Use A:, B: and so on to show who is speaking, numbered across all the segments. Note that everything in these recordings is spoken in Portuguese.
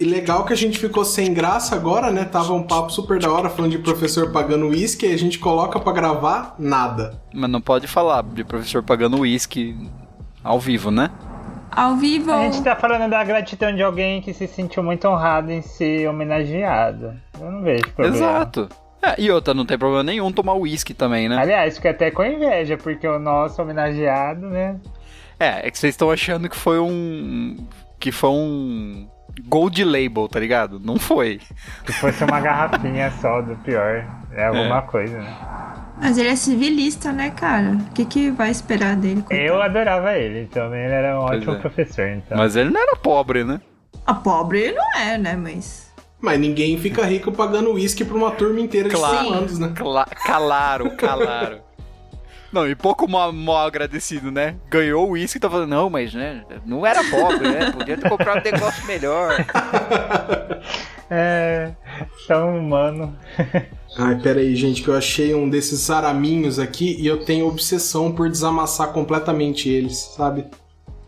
A: legal que a gente ficou sem graça agora, né? Tava um papo super da hora falando de professor pagando uísque e a gente coloca pra gravar nada.
B: Mas não pode falar de professor pagando uísque ao vivo, né?
C: Ao vivo.
D: A gente tá falando da gratidão de alguém que se sentiu muito honrado em ser homenageado. Eu não vejo problema.
B: Exato. É, e outra, não tem problema nenhum tomar uísque também, né?
D: Aliás, fiquei até com inveja, porque o nosso homenageado, né?
B: É, é que vocês estão achando que foi um. que foi um. Gold label, tá ligado? Não foi.
D: Se fosse uma garrafinha só do pior, é alguma coisa, né?
C: Mas ele é civilista, né, cara? O que, que vai esperar dele?
B: É.
D: Eu adorava ele, também ele era um
B: Pois
D: ótimo
B: é.
D: professor, então.
B: Mas ele não era pobre, né?
C: A pobre ele não é, né? Mas.
A: Mas ninguém fica rico pagando uísque pra uma turma inteira de
B: Claro.
A: cinco anos, né?
B: Cla calaram, calaram. Não, e pouco mal, mal agradecido, né? Ganhou o uísque e tá falando, não, mas né, não era pobre, né? Podia ter comprado um negócio melhor.
D: É. Tão humano.
A: Ai, pera aí, gente, que eu achei um desses saraminhos aqui e eu tenho obsessão por desamassar completamente eles, sabe?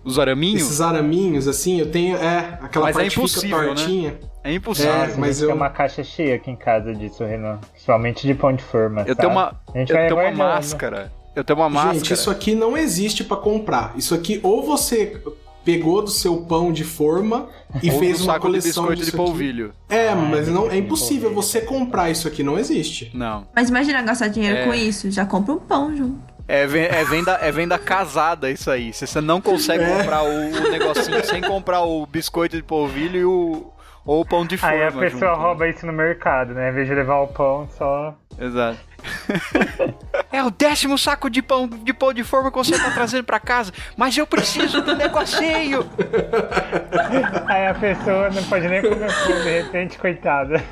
B: Os araminhos?
A: Esses araminhos, assim, eu tenho. É, aquela
B: Mas é
A: parte que fica
B: impossível, né?
A: tortinha.
B: É impossível.
A: É,
D: Nossa,
A: mas
D: tem
A: eu.
D: uma caixa cheia aqui em casa disso, Renan. Principalmente de pão de forma.
B: eu
D: sabe?
B: tenho uma,
D: A
B: eu
D: gente vai
B: tenho uma
D: guardando.
B: máscara. Eu tenho uma máscara.
A: Gente, isso aqui não existe pra comprar. Isso aqui ou você pegou do seu pão de forma e
B: Ou
A: fez
B: no
A: uma
B: saco de
A: coleção
B: biscoito de
A: disso aqui.
B: polvilho.
A: É,
D: Ah,
A: mas não é
D: de
A: impossível
D: polvilho.
A: você comprar isso aqui, não existe.
B: Não.
C: Mas imagina gastar dinheiro
B: É.
C: com isso. Já compra um pão junto.
B: É, ven- é venda, é venda casada isso aí. Se você não consegue
A: É.
B: comprar o, o negocinho sem comprar o biscoito de polvilho e o, ou o pão de forma.
D: Aí a pessoa
B: junto, né?
D: rouba isso no mercado, né? Em vez de levar o pão, só.
B: Exato. é o décimo saco de pão de pão de forma que você tá trazendo pra casa, mas eu preciso do negocinho.
D: Aí a pessoa não pode nem comer pão, de repente, coitada.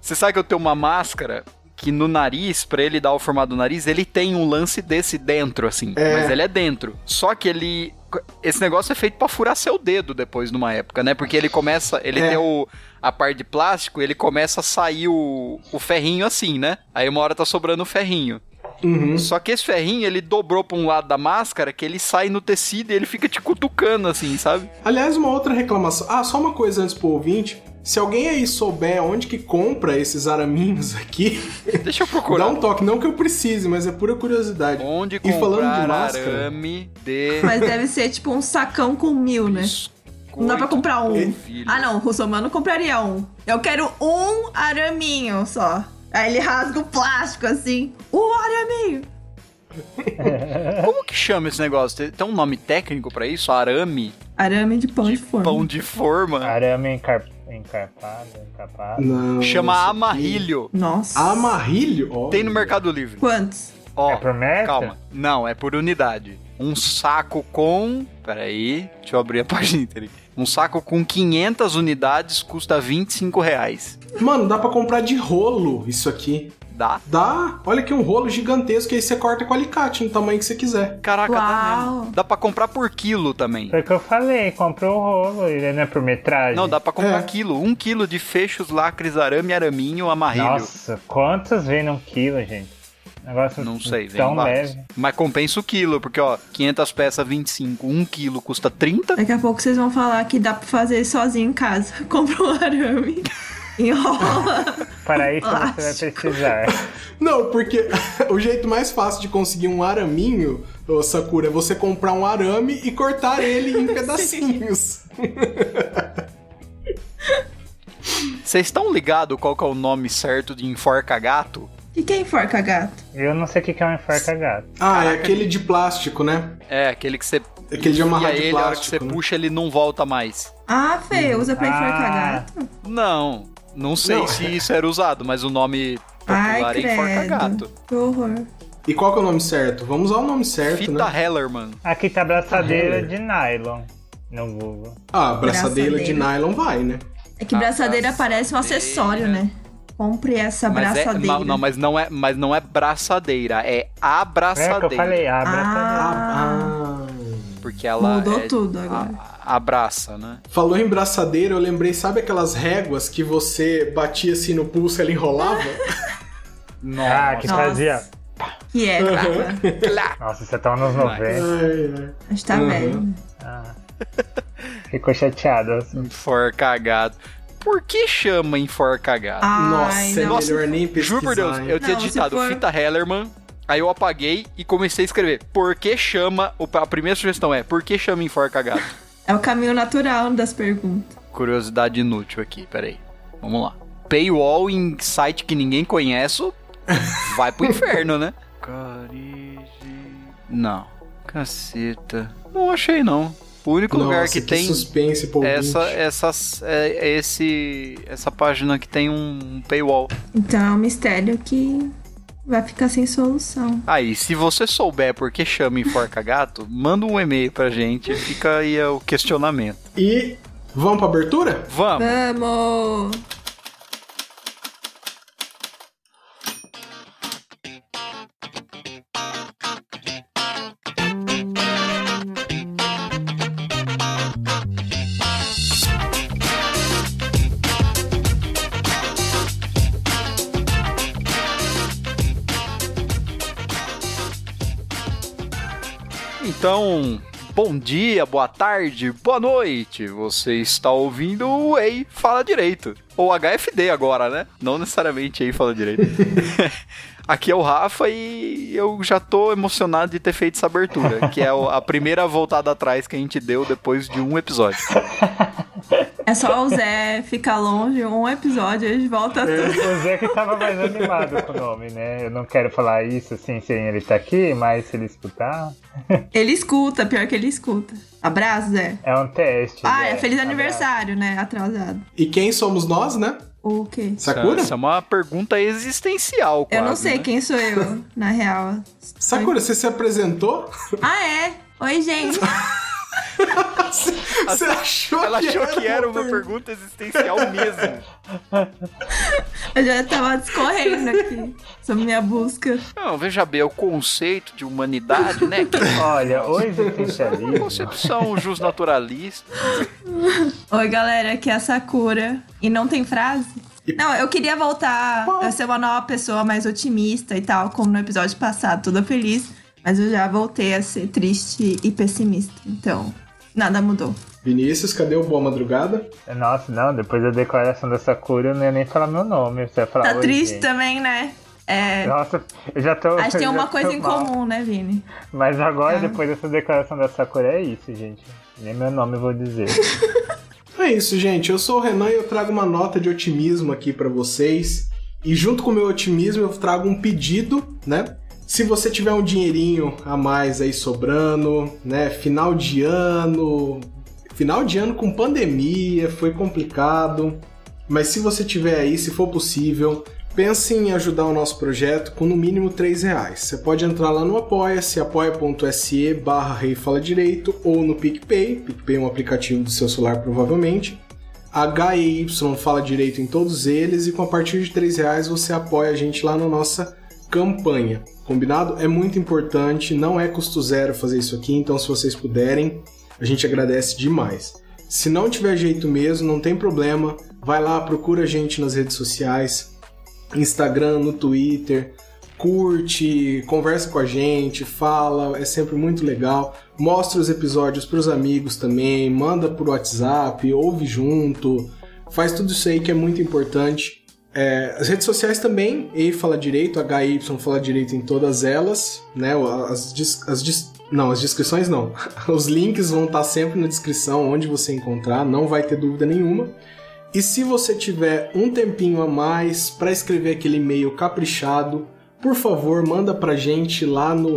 B: Você sabe que eu tenho uma máscara que no nariz, pra ele dar o formato do nariz, ele tem um lance desse dentro, assim.
A: É.
B: Mas ele é dentro. Só que ele. Esse negócio é feito pra furar seu dedo depois, numa época, né? Porque ele começa. Ele
A: É.
B: tem o, a parte de plástico, ele começa a sair o, o ferrinho assim, né? Aí uma hora tá sobrando o ferrinho.
A: Uhum.
B: Só que esse ferrinho, ele dobrou pra um lado da máscara que ele sai no tecido e ele fica te cutucando, assim, sabe?
A: Aliás, uma outra reclamação. Ah, só uma coisa antes pro ouvinte. Se alguém aí souber onde que compra esses araminhos aqui,
B: Deixa eu
A: dá
B: procurar.
A: um toque. Não que eu precise, mas é pura curiosidade.
B: Onde
A: E falando de
B: comprar
A: máscara?
B: arame de...
C: Mas deve ser tipo um sacão com mil, né? Não dá pra comprar um.
B: Polvilho.
C: Ah, não. Russomano compraria um. Eu quero um araminho só. Aí ele rasga o plástico assim. Um araminho.
B: Como que chama esse negócio? Tem- Tem um nome técnico pra isso? Arame?
C: Arame de pão de, forma.
B: Pão de forma?
D: Arame encar... encarpado, encapado.
A: Não, isso
B: Chama
A: aqui-
B: amarrilho.
C: Nossa.
A: Ah, Amarrilho? Ó.
B: Tem no Mercado Livre.
C: Quantos?
B: Ó,
D: É por meta?
B: calma. Não, é por unidade. Um saco com... Peraí, deixa eu abrir a página inteira. aqui. Um saco com 500 unidades custa 25 reais.
A: Mano, dá pra comprar de rolo isso aqui.
B: Dá?
A: Dá. Olha aqui um rolo gigantesco e aí você corta com alicate no tamanho que você quiser.
B: Caraca, dá
C: Uau.
B: mesmo. Dá pra comprar por quilo também.
D: Foi o que eu falei, comprou o rolo, ele não é por metragem.
B: Não, dá pra comprar
A: É.
B: quilo. Um quilo de fechos, lacres, arame, araminho, amarrilho.
D: Nossa, quantos vem num quilo, gente? Negócio
B: Não sei, vem
D: tão
B: vários.
D: leve.
B: Mas compensa o quilo, porque ó, 500 peças, 25. 1 quilo custa 30.
C: Daqui a pouco vocês vão falar que dá pra fazer sozinho em casa. Compra um arame, enrola.
D: Para isso você vai
C: Plástico.
D: precisar.
A: Não, porque o jeito mais fácil de conseguir um araminho, ô Sakura, é você comprar um arame e cortar ele em pedacinhos.
B: Vocês estão ligados qual que é o nome certo de enforca-gato?
C: E quem enforca gato?
D: Eu não sei o que que é um enforca gato.
A: Ah, é aquele de plástico, né?
B: É, aquele que você.
A: Aquele de amarrar
B: enfia
A: de
B: ele, a hora que você
A: plástico, né?
B: puxa, ele não volta mais.
C: Ah, Fê, usa pra
D: Ah.
C: enforcar gato?
B: Não. Não sei
A: Não.
B: se isso era usado, mas o nome popular
C: Ai,
B: é
C: credo.
B: enforca-gato.
C: Que horror.
A: E qual que é o nome certo? Vamos ao nome certo,
B: Fita
A: né?
B: Hellerman.
D: Aqui tá abraçadeira
A: Caralho.
D: de nylon no Google.
A: Ah, braçadeira de
C: Braçadeira.
A: nylon vai, né?
C: É que
B: A
C: braçadeira parece um
B: braçadeira.
C: acessório, né? Compre essa
B: Mas é,
C: braçadeira.
B: ma- não, mas não é, mas não é braçadeira, é
D: É que eu
B: abraçadeira.
D: falei, abraçadeira.
C: Ah,
A: Ah.
B: Porque ela
C: mudou
B: é-
C: tudo agora.
B: a- abraça, né?
A: Falou em braçadeira, eu lembrei, sabe aquelas réguas que você batia assim no pulso e ela enrolava?
B: Nossa.
D: Ah, que
C: Nossa.
D: fazia.
C: Que é, cara.
D: Nossa, você tá nos
B: É. Demais.
D: 90.
A: ai, ai.
C: A gente tá
A: Uhum.
C: velho.
D: Ah. Ficou chateado. assim.
B: Enforcagado. Por que chama enforcagado?
C: Ai,
A: Nossa, é
C: não.
A: melhor nem pesquisar.
B: Juro por Deus,
A: hein?
B: eu tinha
C: Não, se
B: digitado
C: for-
B: Fita Hellerman, aí eu apaguei e comecei a escrever. Por que chama. o- A primeira sugestão é: por que chama enforcagado?
C: É o caminho natural das perguntas.
B: Curiosidade inútil aqui, peraí. Vamos lá. Paywall em site que ninguém conhece vai pro inferno, né? Carige. Não. Caceta. Não achei, não. O único lugar
A: Nossa,
B: que, tem
A: suspense pro
B: essa,
A: ouvinte.
B: essas, é, é esse, essa página que tem um paywall.
C: Então é um mistério que vai ficar sem solução.
B: Aí, se você souber por que chama enforca gato, manda um e-mail pra gente. Fica aí o questionamento.
A: E vamos pra abertura?
B: Vamos!
C: Vamos!
B: Então, bom dia, boa tarde, boa noite. Você está ouvindo o Ei Fala Direito. Ou HFD agora, né? Não necessariamente Ei Fala Direito. Aqui é o Rafa e eu já tô emocionado de ter feito essa abertura, que é o- a primeira voltada atrás que a gente deu depois de um episódio.
C: É só o Zé ficar longe um episódio, eles voltam tudo.
D: O Zé que tava mais animado com o nome, né? Eu não quero falar isso assim sem ele estar aqui, mas se ele escutar.
C: Ele escuta, pior que ele escuta. Abraço, Zé.
D: É um teste.
C: Ah,
D: Zé.
C: é feliz
D: Abraço.
C: aniversário, né? Atrasado.
A: E quem somos nós, né?
C: O quê?
A: Sakura?
B: Essa é uma pergunta existencial,
C: Eu
B: quase,
C: não sei
B: né?
C: quem sou eu, na real.
A: Sakura, você se apresentou?
C: Ah, é? Oi, gente.
A: Você você achou
B: Ela
A: que
B: achou
A: era
B: que era uma
A: pergunta?
B: pergunta existencial mesmo.
C: Eu já tava discorrendo aqui sobre minha busca.
B: Não, veja bem, é o conceito de humanidade, né? Que
D: Olha, o
B: Uma
D: existencialismo.
B: concepção um justnaturalista.
C: Oi, galera, aqui é a Sakura. E não tem frase? Não, eu queria voltar a ser uma nova pessoa mais otimista e tal, como no episódio passado, toda feliz. Mas eu já voltei a ser triste e pessimista. Então, nada mudou.
A: Vinícius, cadê o Boa Madrugada?
D: Nossa, não, depois da declaração da Sakura eu não ia nem falar meu nome. Você ia falar.
C: Tá
D: "Oi,
C: triste
D: gente."
C: também, né? É.
D: Nossa, eu já tô.
C: Acho que tem
D: eu já
C: uma
D: tô
C: coisa em
D: mal.
C: comum, né, Vini?
D: Mas agora,
C: Ah.
D: depois dessa declaração da Sakura, é isso, gente. Nem meu nome eu vou dizer.
A: É isso, gente. Eu sou o Renan e eu trago uma nota de otimismo aqui pra vocês. E junto com o meu otimismo, eu trago um pedido, né? Se você tiver um dinheirinho a mais aí sobrando, né? Final de ano. Final de ano com pandemia, foi complicado. Mas se você tiver aí, se for possível, pense em ajudar o nosso projeto com no mínimo R$3,00. reais. Você pode entrar lá no apoia-se, apoia.se barra Rei Fala Direito ou no PicPay, PicPay é um aplicativo do seu celular provavelmente. HEY fala direito em todos eles e com a partir de R$3,00 reais você apoia a gente lá na nossa campanha. Combinado? É muito importante, não é custo zero fazer isso aqui, então se vocês puderem, a gente agradece demais. Se não tiver jeito mesmo, não tem problema, vai lá, procura a gente nas redes sociais, Instagram, no Twitter. Curte, conversa com a gente, fala, é sempre muito legal. Mostra os episódios pros amigos também, manda por WhatsApp, ouve junto, faz tudo isso aí que é muito importante. É, as redes sociais também, E Fala Direito, HY Fala Direito em todas elas, né? As, dis- as dis- não, as descrições não. Os links vão estar sempre na descrição, onde você encontrar, não vai ter dúvida nenhuma. E se você tiver um tempinho a mais para escrever aquele e-mail caprichado, por favor, manda pra gente lá no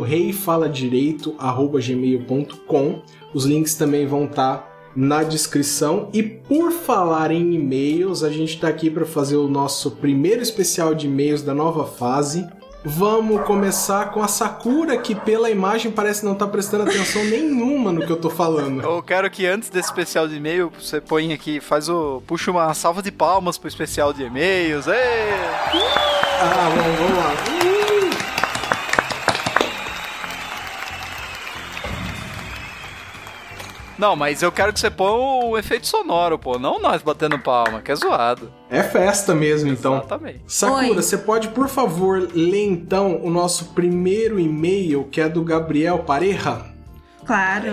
A: reifaladireito@gmail.com. Os links também vão estar na descrição. E por falar em e-mails, a gente está aqui para fazer o nosso primeiro especial de e-mails da nova fase. Vamos começar com a Sakura, que pela imagem parece não estar prestando atenção nenhuma no que eu tô falando.
B: Eu quero que antes desse especial de e-mail, você põe aqui, faz o. puxa uma salva de palmas pro especial de e-mails. Ê!
A: Ah, bom, vamos lá.
B: Não, mas eu quero que você ponha o efeito sonoro, pô. Não nós batendo palma, que é zoado.
A: É festa mesmo, então.
B: Exatamente.
A: Sakura,
C: Oi.
A: você pode, por favor, ler então o nosso primeiro e-mail, que é do Gabriel Pareja?
C: Claro.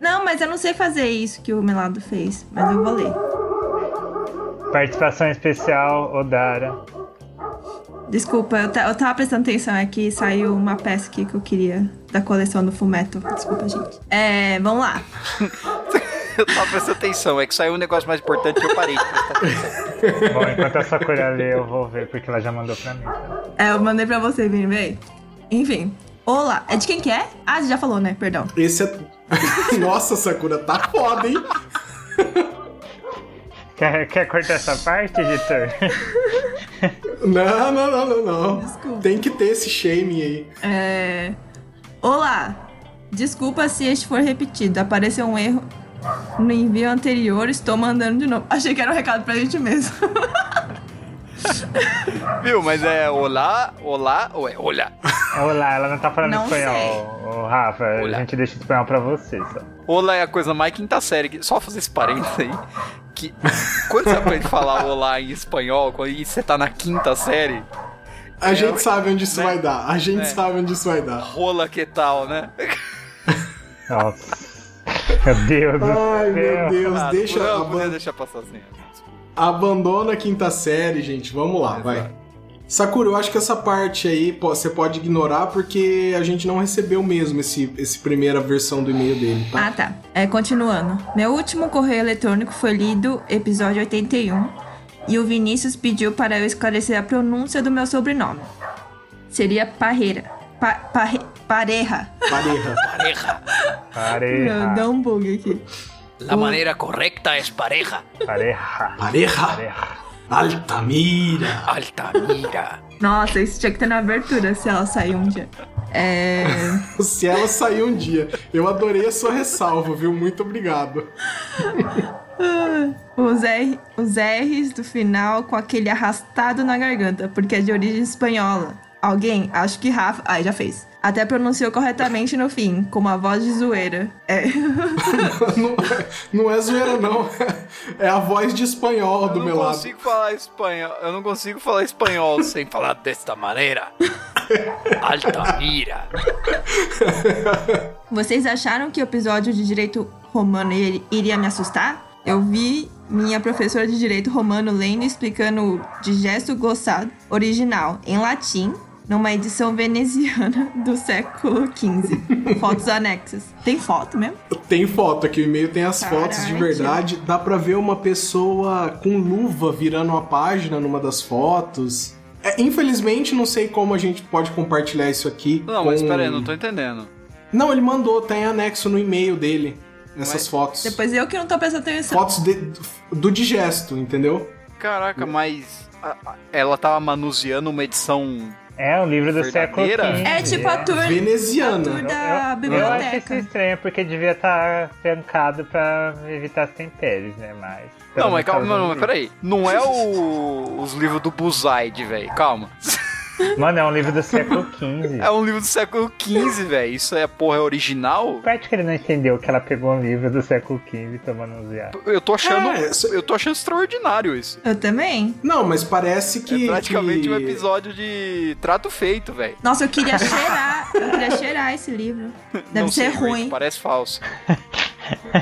C: Não, mas eu não sei fazer isso que o Melado fez, mas eu vou ler.
D: Participação especial, Odara.
C: Desculpa, eu, ta- eu tava prestando atenção, é que saiu uma peça aqui que eu queria da coleção do Fumeto. Desculpa, gente. É, vamos lá.
B: Eu tava prestando atenção, é que saiu um negócio mais importante e eu parei. de prestar atenção.
D: Bom, enquanto essa cura lê, eu vou ver, porque ela já mandou pra mim. tá?
C: É, eu mandei pra você, Vini, vem. Enfim. Olá. É de quem que é? Ah, você já falou, né? Perdão.
A: Esse é. Nossa, Sakura, tá foda, hein?
D: Quer, quer cortar essa parte, editor?
A: Não, não, não, não, não.
C: Desculpa.
A: Tem que ter esse shaming aí.
C: É... Olá. Desculpa se este for repetido. Apareceu um erro no envio anterior. Estou mandando de novo. Achei que era um recado pra gente mesmo.
B: Viu, mas é olá, olá, ou é olá?
D: Olá, ela não tá falando
C: Não
D: espanhol, ô, Rafa.
B: Olá.
D: A gente deixa espanhol pra você só.
B: Olá é a coisa mais quinta série. que- Só fazer esse parênteses aí. Que quando você aprende a falar olá em espanhol, quando e você tá na quinta série,
A: A
B: É,
A: gente sabe onde isso
B: né?
A: vai dar. A gente
B: É.
A: sabe onde isso vai dar.
B: rola que tal, né?
D: Nossa. Meu Deus do
A: Ai, meu
D: céu.
A: Deus,
B: Ah,
A: deixa.
B: É. Não,
A: aban-
B: podia deixar passar assim. desculpa.
A: Abandona a quinta série, gente. Vamos lá, vai. Sakura, eu acho que essa parte aí pô, você pode ignorar porque a gente não recebeu mesmo esse, esse primeira versão do e-mail dele, tá?
C: Ah, tá. É, continuando. Meu último correio eletrônico foi lido, episódio 81, e o Vinícius pediu para eu esclarecer a pronúncia do meu sobrenome. Seria Parreira. Pa parre Pareja.
A: Pareja.
B: Pareja.
C: Meu,
D: Pareja.
C: dá um bug aqui.
B: La maneira correcta es pareja.
D: Pareja.
A: Pareja.
D: Pareja.
A: Altamira.
B: Altamira.
C: Nossa, isso tinha que ter na abertura se ela sair um dia. É.
A: Se ela sair um dia. Eu adorei a sua ressalva, viu? Muito obrigado.
C: Os, R, os R's do final com aquele arrastado na garganta, porque é de origem espanhola. Alguém? Acho que Rafa. Ah, já fez. Até pronunciou corretamente no fim, com uma voz de zoeira. É.
A: Não, não é zoeira, não. É a voz de espanhol
B: Eu
A: do
B: não
A: meu lado.
B: consigo falar espanhol. Eu não consigo falar espanhol sem falar desta maneira. Altamira.
C: Vocês acharam que o episódio de direito romano ir- iria me assustar? Eu vi minha professora de direito romano lendo e explicando o digesto glossado original em latim numa edição veneziana do século XV. Fotos anexas. Tem foto mesmo?
A: Tem foto aqui, o e-mail tem as
C: Caraca.
A: fotos de verdade. Dá pra ver uma pessoa com luva virando uma página numa das fotos. É, infelizmente, não sei como a gente pode compartilhar isso aqui.
B: Não,
A: com- um-
B: mas pera aí, não tô entendendo.
A: Não, ele mandou, tem anexo no e-mail dele essas
B: Mas-
A: fotos.
C: Depois eu que não tô prestando atenção.
A: Fotos de- do digesto, entendeu? Hum.
B: Caraca, mas a- a- ela tava manuseando uma edição.
D: É um livro do
B: Verdadeira?
D: século XV.
C: É tipo a tour, a
A: Veneziana.
C: tour da
D: Eu, eu acho isso
C: biblioteca.
D: estranho, porque devia estar trancado pra evitar intempéries, né? Mas. tá
B: não, mas calma, não, mas
D: peraí.
B: peraí. Não é o, os livros do Buzaide, velho. Calma.
D: Mano, é um livro do século XV.
B: É um livro do século XV, velho. Isso é porra é original?
D: parte que ele não entendeu que ela pegou um livro do século XV tomando um ziar.
B: Eu tô achando.
A: É, isso-
B: Eu tô achando extraordinário isso.
C: Eu também.
A: Não, mas parece que.
B: é praticamente
A: que-
B: um episódio de trato feito, velho.
C: Nossa, eu queria cheirar. Eu queria cheirar esse livro. Deve
B: Não
C: ser
B: sei, Rick,
C: ruim.
B: Parece falso.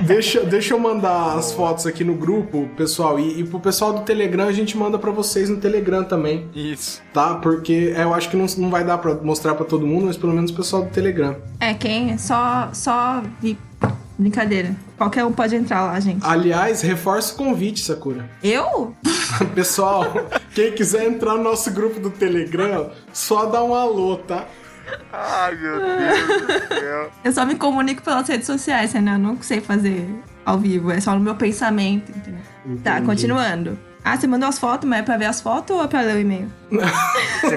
A: Deixa, deixa eu mandar as fotos aqui no grupo, pessoal. E, e pro pessoal do Telegram, a gente manda pra vocês no Telegram também,
B: Isso.
A: tá? Porque é, eu acho que não, não vai dar pra mostrar pra todo mundo, mas pelo menos o pessoal do Telegram.
C: É, quem? Só. Só. vi- Brincadeira. Qualquer um pode entrar lá, gente.
A: Aliás, reforça o convite, Sakura.
C: Eu?
A: Pessoal, quem quiser entrar no nosso grupo do Telegram, só dá um alô, tá?
B: Ai, meu Deus do céu.
C: Eu só me comunico pelas redes sociais, né? Eu não sei fazer ao vivo. É só no meu pensamento, entendeu? Tá,
A: Entendi.
C: continuando. Ah, você mandou as fotos, mas é pra ver as fotos ou é pra ler o e-mail?
D: Você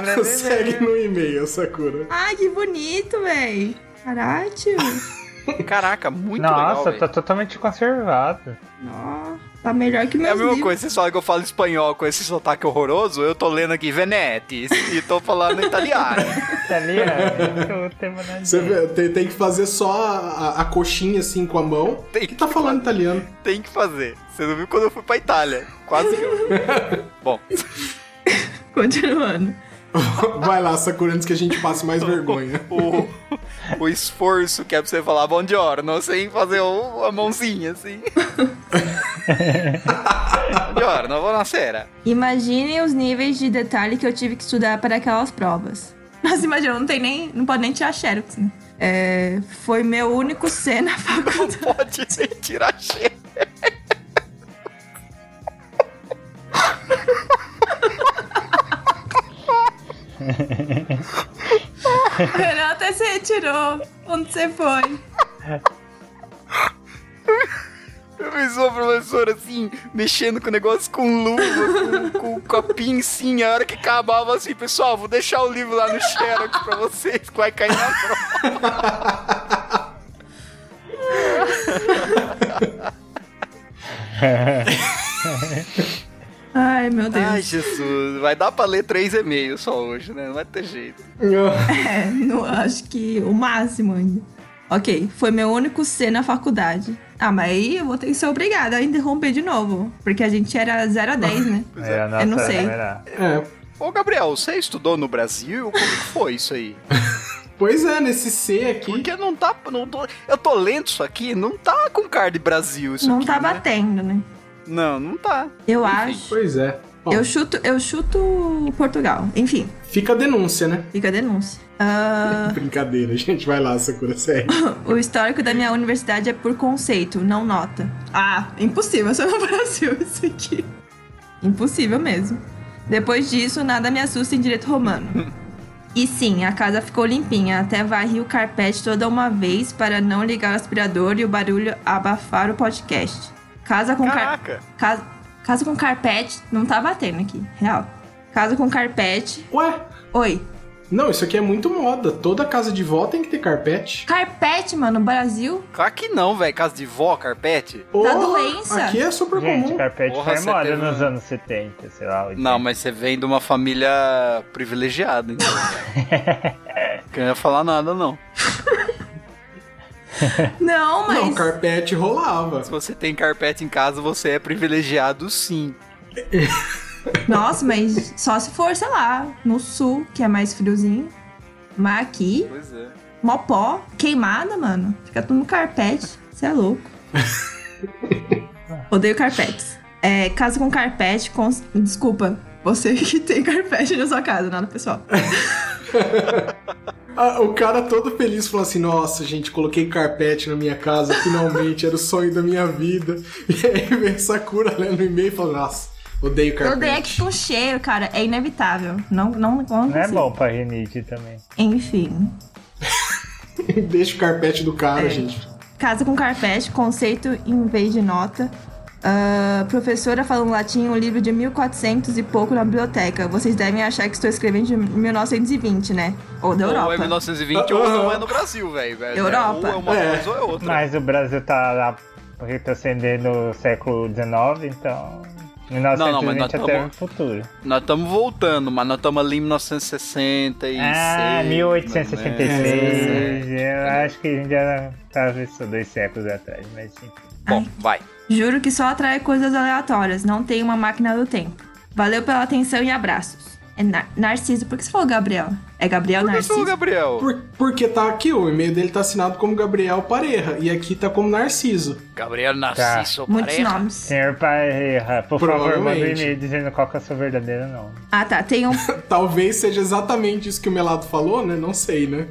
D: lendo
A: Segue
D: né?
A: no e-mail, Sakura.
C: Ai, que bonito, véi. Caralho.
B: Caraca, muito legal.
D: Nossa,
B: velho.
D: tá totalmente conservado.
C: Ó, tá melhor que
B: É
C: meus
B: a mesma
C: livros.
B: coisa, vocês falam que eu falo espanhol com esse sotaque horroroso, eu tô lendo aqui Venete e tô falando italiano.
D: Tá ali, ó, o tema na
A: Você
D: gente.
A: vê, tem, tem que fazer só a, a- a coxinha assim com a mão
B: Tem
A: e tá
B: que
A: falando italiano.
B: Tem que fazer. Você não viu quando eu fui pra Itália? Quase que eu. Bom,
C: Continuando.
A: Vai lá, Sakura, antes que a gente passe mais vergonha.
B: o, o esforço que é pra você falar bom de hora, não sem fazer o- a mãozinha assim. bom de hora, não vou na cera.
C: Imaginem os níveis de detalhe que eu tive que estudar para aquelas provas. Nossa, imagina, não tem nem. Não pode nem tirar xerox, né? É, foi meu único C na faculdade.
B: Pode nem tirar cheiro.
C: O Renan até se retirou. Onde você foi?
B: Eu fiz uma professora assim, mexendo com o negócio com luva, com, com, com a pincinha. A hora que acabava assim, pessoal, vou deixar o livro lá no Xerox pra vocês, que vai cair na prova.
C: Ai, meu Deus.
B: Ai, Jesus, vai dar pra ler três e-mails só hoje, né? Não vai ter jeito.
C: É, não, acho que o máximo ainda. Ok, foi meu único C na faculdade. Ah, mas aí eu vou ter que ser obrigada a interromper de novo. Porque a gente era 0 a 10, né?
D: É, a nossa
C: não sei.
D: era-
A: É.
B: Ô, Gabriel, você estudou no Brasil? Como que foi isso aí?
A: Pois é, nesse C aqui.
B: Porque não tá. Não tô, eu tô lendo isso aqui, não tá com card Brasil isso
C: Não
B: aqui,
C: tá
B: né?
C: batendo, né?
B: Não, não tá.
C: Eu
B: Enfim.
C: acho.
A: Pois é. Bom,
C: Eu chuto, eu chuto Portugal. Enfim,
A: fica a denúncia, né?
C: fica a denúncia. Ah,
A: Brincadeira, gente. Vai lá, Sakura, sério.
C: o histórico da minha universidade é por conceito, não nota. Ah, impossível, só no Brasil isso aqui. Impossível mesmo. Depois disso, nada me assusta em direito romano. E sim, a casa ficou limpinha, até varri o carpete toda uma vez para não ligar o aspirador e o barulho abafar o podcast. Casa com carpete.
B: Caraca!
C: Casa, casa com carpete. Não tá batendo aqui, real. Casa com carpete.
A: Ué?
C: Oi.
A: Não, isso aqui é muito moda. Toda casa de vó tem que ter carpete.
C: Carpete, mano, Brasil.
B: Claro que não, velho. Casa de vó, carpete?
A: Porra,
C: Tá doença.
A: Aqui é super
D: Gente,
A: comum.
D: carpete
B: Porra,
D: foi
B: você
D: moda
B: teve-
D: nos anos 70, sei lá. 80.
B: Não, mas você vem de uma família privilegiada, então. que eu não ia falar nada, não.
C: Não, mas.
A: Não, carpete rolava.
B: Se você tem carpete em casa, você é privilegiado sim.
C: Nossa, mas só se for, sei lá, no sul, que é mais friozinho. Mas aqui,
B: Pois é.
C: mó pó, queimada, mano. Fica tudo no carpete. Você é louco. Odeio carpetes. É, casa com carpete, cons- desculpa. Você que tem carpete na sua casa, nada pessoal.
A: Ah, o cara todo feliz falou assim: Nossa, gente, coloquei carpete na minha casa, finalmente, era o sonho da minha vida. E aí vem Sakura lendo o e-mail e fala: Nossa, odeio
C: Eu
A: carpete.
C: odeio é que com cheiro, cara, é inevitável. Não, não, não,
D: Não é
C: consigo.
D: bom pra rinite também.
C: Enfim.
A: Deixa o carpete do cara,
C: É.
A: gente.
C: Casa com carpete, conceito em vez de nota. Ah, professora falando latim, um livro de 1400 e pouco na biblioteca. Vocês devem achar que estou escrevendo de 1920, né? Ou da
B: Ou
C: Europa.
B: é 1920 ou não é no Brasil, velho. velho. Ou
C: Europa.
B: é uma
A: É.
B: coisa ou é outra.
D: Mas o Brasil tá lá retrocedendo o século XIX, então. 1920
B: Não, é não, mas nós
D: até
B: tamo-
D: o futuro.
B: Nós estamos voltando, mas nós estamos ali em 1966.
D: ah,
A: né?
D: 1866. Eu acho que a gente
B: é
D: já tava isso dois séculos atrás, mas enfim.
B: Bom, vai.
C: Juro que só atrai coisas aleatórias. Não tem uma máquina do tempo. Valeu pela atenção e abraços. É Nar- Narciso. Por que você falou Gabriel? É Gabriel
B: Por que
C: Narciso?
B: isso, Gabriel?
A: Por- porque tá aqui, o e-mail dele tá assinado como Gabriel Pareja, e aqui tá como Narciso.
B: Gabriel
D: Tá.
B: Narciso
C: Muitos
B: Pareja.
C: nomes.
D: Senhor Parreira, por favor, manda um
A: Provavelmente.
D: e-mail dizendo qual que é o seu verdadeiro nome.
C: Ah, tá. Tem um
A: Talvez seja exatamente isso que o Melado falou, né? Não sei, né?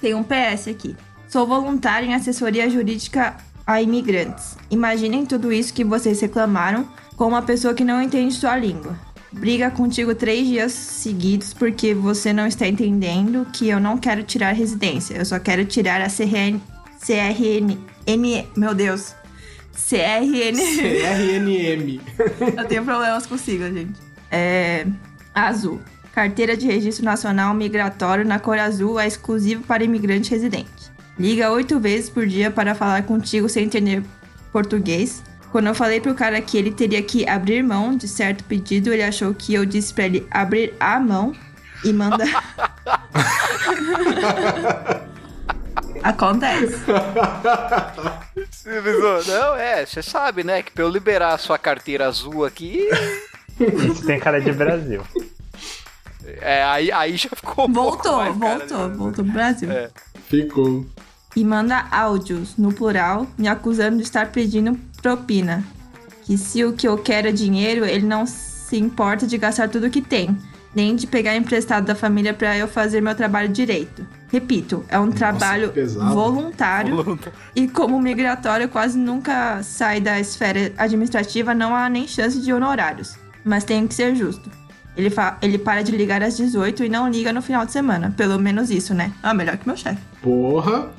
C: Tem um PS aqui. Sou voluntário em assessoria jurídica a imigrantes. Imaginem tudo isso que vocês reclamaram com uma pessoa que não entende sua língua. Briga contigo três dias seguidos porque você não está entendendo que eu não quero tirar residência. Eu só quero tirar a CRN. CRN. N, meu Deus. CRN.
A: RNM.
C: eu tenho problemas com sigla, gente. É. Azul. Carteira de Registro Nacional Migratório na cor azul é exclusivo para imigrante residente. Liga oito vezes por dia para falar contigo sem entender português. Quando eu falei pro cara que ele teria que abrir mão de certo pedido, ele achou que eu disse para ele abrir a mão e mandar. Acontece.
B: Você avisou? Não, é, você sabe, né? Que pra eu liberar a sua carteira azul aqui,
D: Isso tem cara de Brasil.
B: é, aí, aí já ficou um pouco
C: Voltou,
B: mais cara,
C: voltou,
B: né?
C: voltou pro Brasil.
B: É.
A: Ficou.
C: E manda áudios, no plural, me acusando de estar pedindo propina. Que se o que eu quero é dinheiro, ele não se importa de gastar tudo que tem, nem de pegar emprestado da família para eu fazer meu trabalho direito. Repito, é um trabalho
A: pesado.
C: voluntário e como migratório quase nunca sai da esfera administrativa, não há nem chance de honorários. Mas tem que ser justo. Ele, fa- ele para de ligar às 18 e não liga no final de semana. Pelo menos isso, né? Ah, melhor que meu chefe.
A: Porra.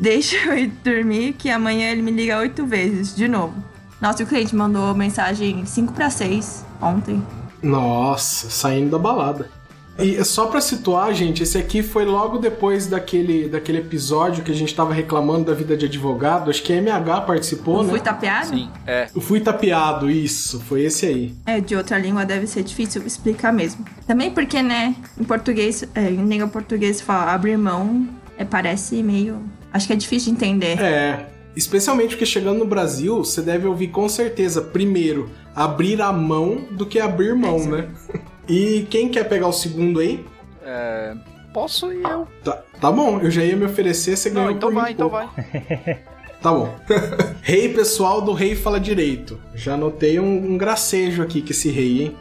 C: Deixa eu ir dormir que amanhã ele me liga oito vezes, de novo. Nosso cliente mandou mensagem 5 para 6 ontem.
A: Nossa, saindo da balada. E é só pra situar, gente, esse aqui foi logo depois daquele, daquele episódio que a gente tava reclamando da vida de advogado. Acho que a MH participou,
C: Não
A: né?
C: fui tapeado?
B: Sim, é.
A: Eu Fui tapeado, isso. Foi esse aí.
C: É, de outra língua deve ser difícil explicar mesmo. Também porque, né, em português, é, em língua portuguesa fala abrir mão, é, parece meio. Acho que é difícil de entender.
A: É. Especialmente porque chegando no Brasil, você deve ouvir com certeza, primeiro, abrir a mão do que abrir mão,
C: Exato.
A: né? E quem quer pegar o segundo aí?
B: é. Posso e eu.
A: Tá, tá bom, eu já ia me oferecer, você ganhou
B: Não, então
A: por mim
B: vai, então
A: pouco.
B: vai.
A: Tá bom. rei pessoal do Rei Fala Direito. Já notei um, um gracejo aqui que esse rei, hein?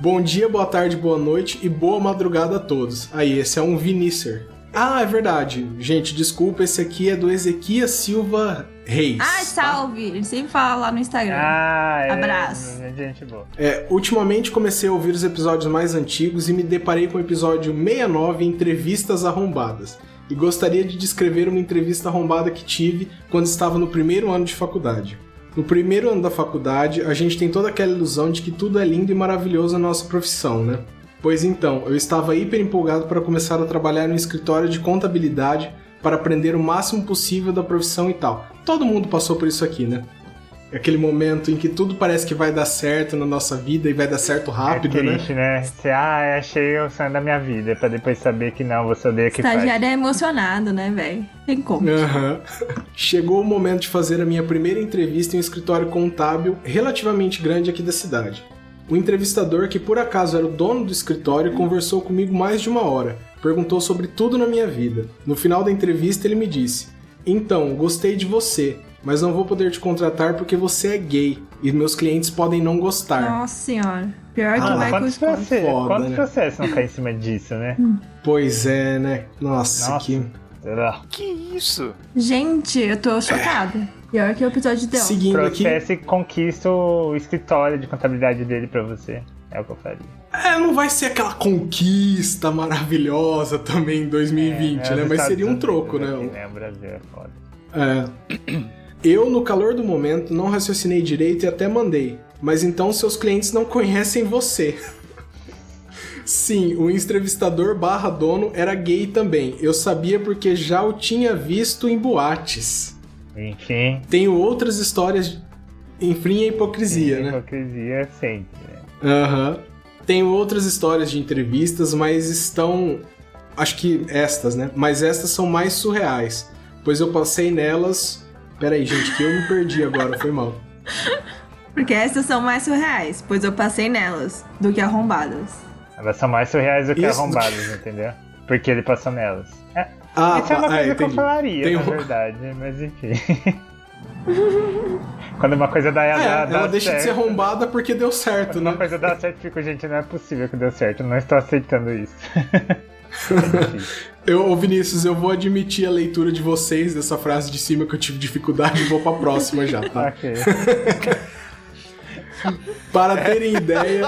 A: Bom dia, boa tarde, boa noite e boa madrugada a todos. Aí, esse é um Vinícer. Ah, é verdade. Gente, desculpa, esse aqui é do Ezequias Silva Reis. tá?
C: Ai, Ah, salve! Ele sempre fala lá no Instagram.
D: Ah, é.
C: Abraço.
D: Gente boa.
A: É, ultimamente comecei a ouvir os episódios mais antigos e me deparei com o episódio 69, Entrevistas Arrombadas. E gostaria de descrever uma entrevista arrombada que tive quando estava no primeiro ano de faculdade. No primeiro ano da faculdade, a gente tem toda aquela ilusão de que tudo é lindo e maravilhoso na nossa profissão, né? Pois então, eu estava hiper empolgado para começar a trabalhar no escritório de contabilidade para aprender o máximo possível da profissão e tal. Todo mundo passou por isso aqui, né? aquele momento em que tudo parece que vai dar certo na nossa vida e vai dar certo rápido,
D: é
A: né?
D: triste, né? Você, ah, achei o sonho da minha vida, pra depois saber que não, você odeia que faz.
C: Estagiário é emocionado, né, velho? Tem como.
A: Aham. Chegou o momento de fazer a minha primeira entrevista em um escritório contábil relativamente grande aqui da cidade. O entrevistador, que por acaso era o dono do escritório, conversou comigo mais de uma hora, perguntou sobre tudo na minha vida. No final da entrevista, ele me disse: Então, gostei de você, mas não vou poder te contratar porque você é gay e meus clientes podem não gostar.
C: Nossa senhora. Pior que
A: Ah,
C: vai com
D: quantos
C: os Hum. pontos.
D: processos,
A: Foda,
D: quantos
A: né?
D: processos não cai em cima disso, né?
A: Pois é, né? Nossa,
D: Nossa.
A: que.
D: Sei lá.
B: Que isso?
C: Gente, eu tô chocada. Pior que o episódio deu.
A: Seguindo aqui.
D: Processe e conquista o escritório de contabilidade dele pra você. É o que eu faria.
A: É, não vai ser aquela conquista maravilhosa também em 2020,
D: É,
A: né?
D: os
A: Mas
D: Estados
A: seria um
D: Unidos
A: troco,
D: aqui,
A: né?
D: O Brasil é foda.
A: É. Eu, no calor do momento, não raciocinei direito e até mandei. Mas então seus clientes não conhecem você. Sim, o entrevistador barra dono era gay também. Eu sabia porque já o tinha visto em boates.
D: Enfim.
A: Tenho outras histórias. Enfim, a
D: É,
A: hipocrisia, né?
D: Hipocrisia sempre, né?
A: Aham. Tenho outras histórias de entrevistas, mas estão. Acho que estas, né? Mas estas são mais surreais. Pois eu passei nelas. Peraí, gente, que eu me perdi agora, foi mal.
C: Porque essas são mais surreais, pois eu passei nelas do que arrombadas.
D: Elas são mais surreais do que
A: Isso.
D: arrombadas, entendeu? Porque ele passou nelas. É,
A: Ah,
D: isso é uma
A: tá,
D: coisa que eu
A: entendi.
D: falaria,
A: Tem
D: na
A: um-
D: verdade, mas enfim. Quando uma coisa dá,
A: É,
D: dá,
A: ela
D: dá
A: deixa
D: certo.
A: de ser arrombada porque deu certo,
D: Quando uma
A: né?
D: coisa dá certo, eu fico, gente, não é possível que deu certo, eu não estou aceitando isso. É difícil.
A: Eu, ô Vinícius, eu vou admitir a leitura de vocês dessa frase de cima que eu tive dificuldade e vou pra próxima já, tá?
D: ok.
A: Para terem ideia,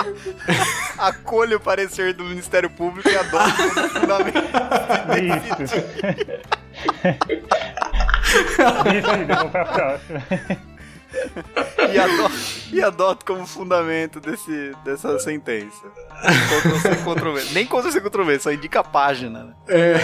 B: Acolho o parecer do Ministério Público e adoro todo o fundamento.
D: Isso. Isso, vamos pra próxima.
B: E adoto, e adoto como fundamento desse, dessa sentença. Ctrl-C, Ctrl-V. Nem Ctrl-C, Ctrl-V, só indica a página. né?
A: É.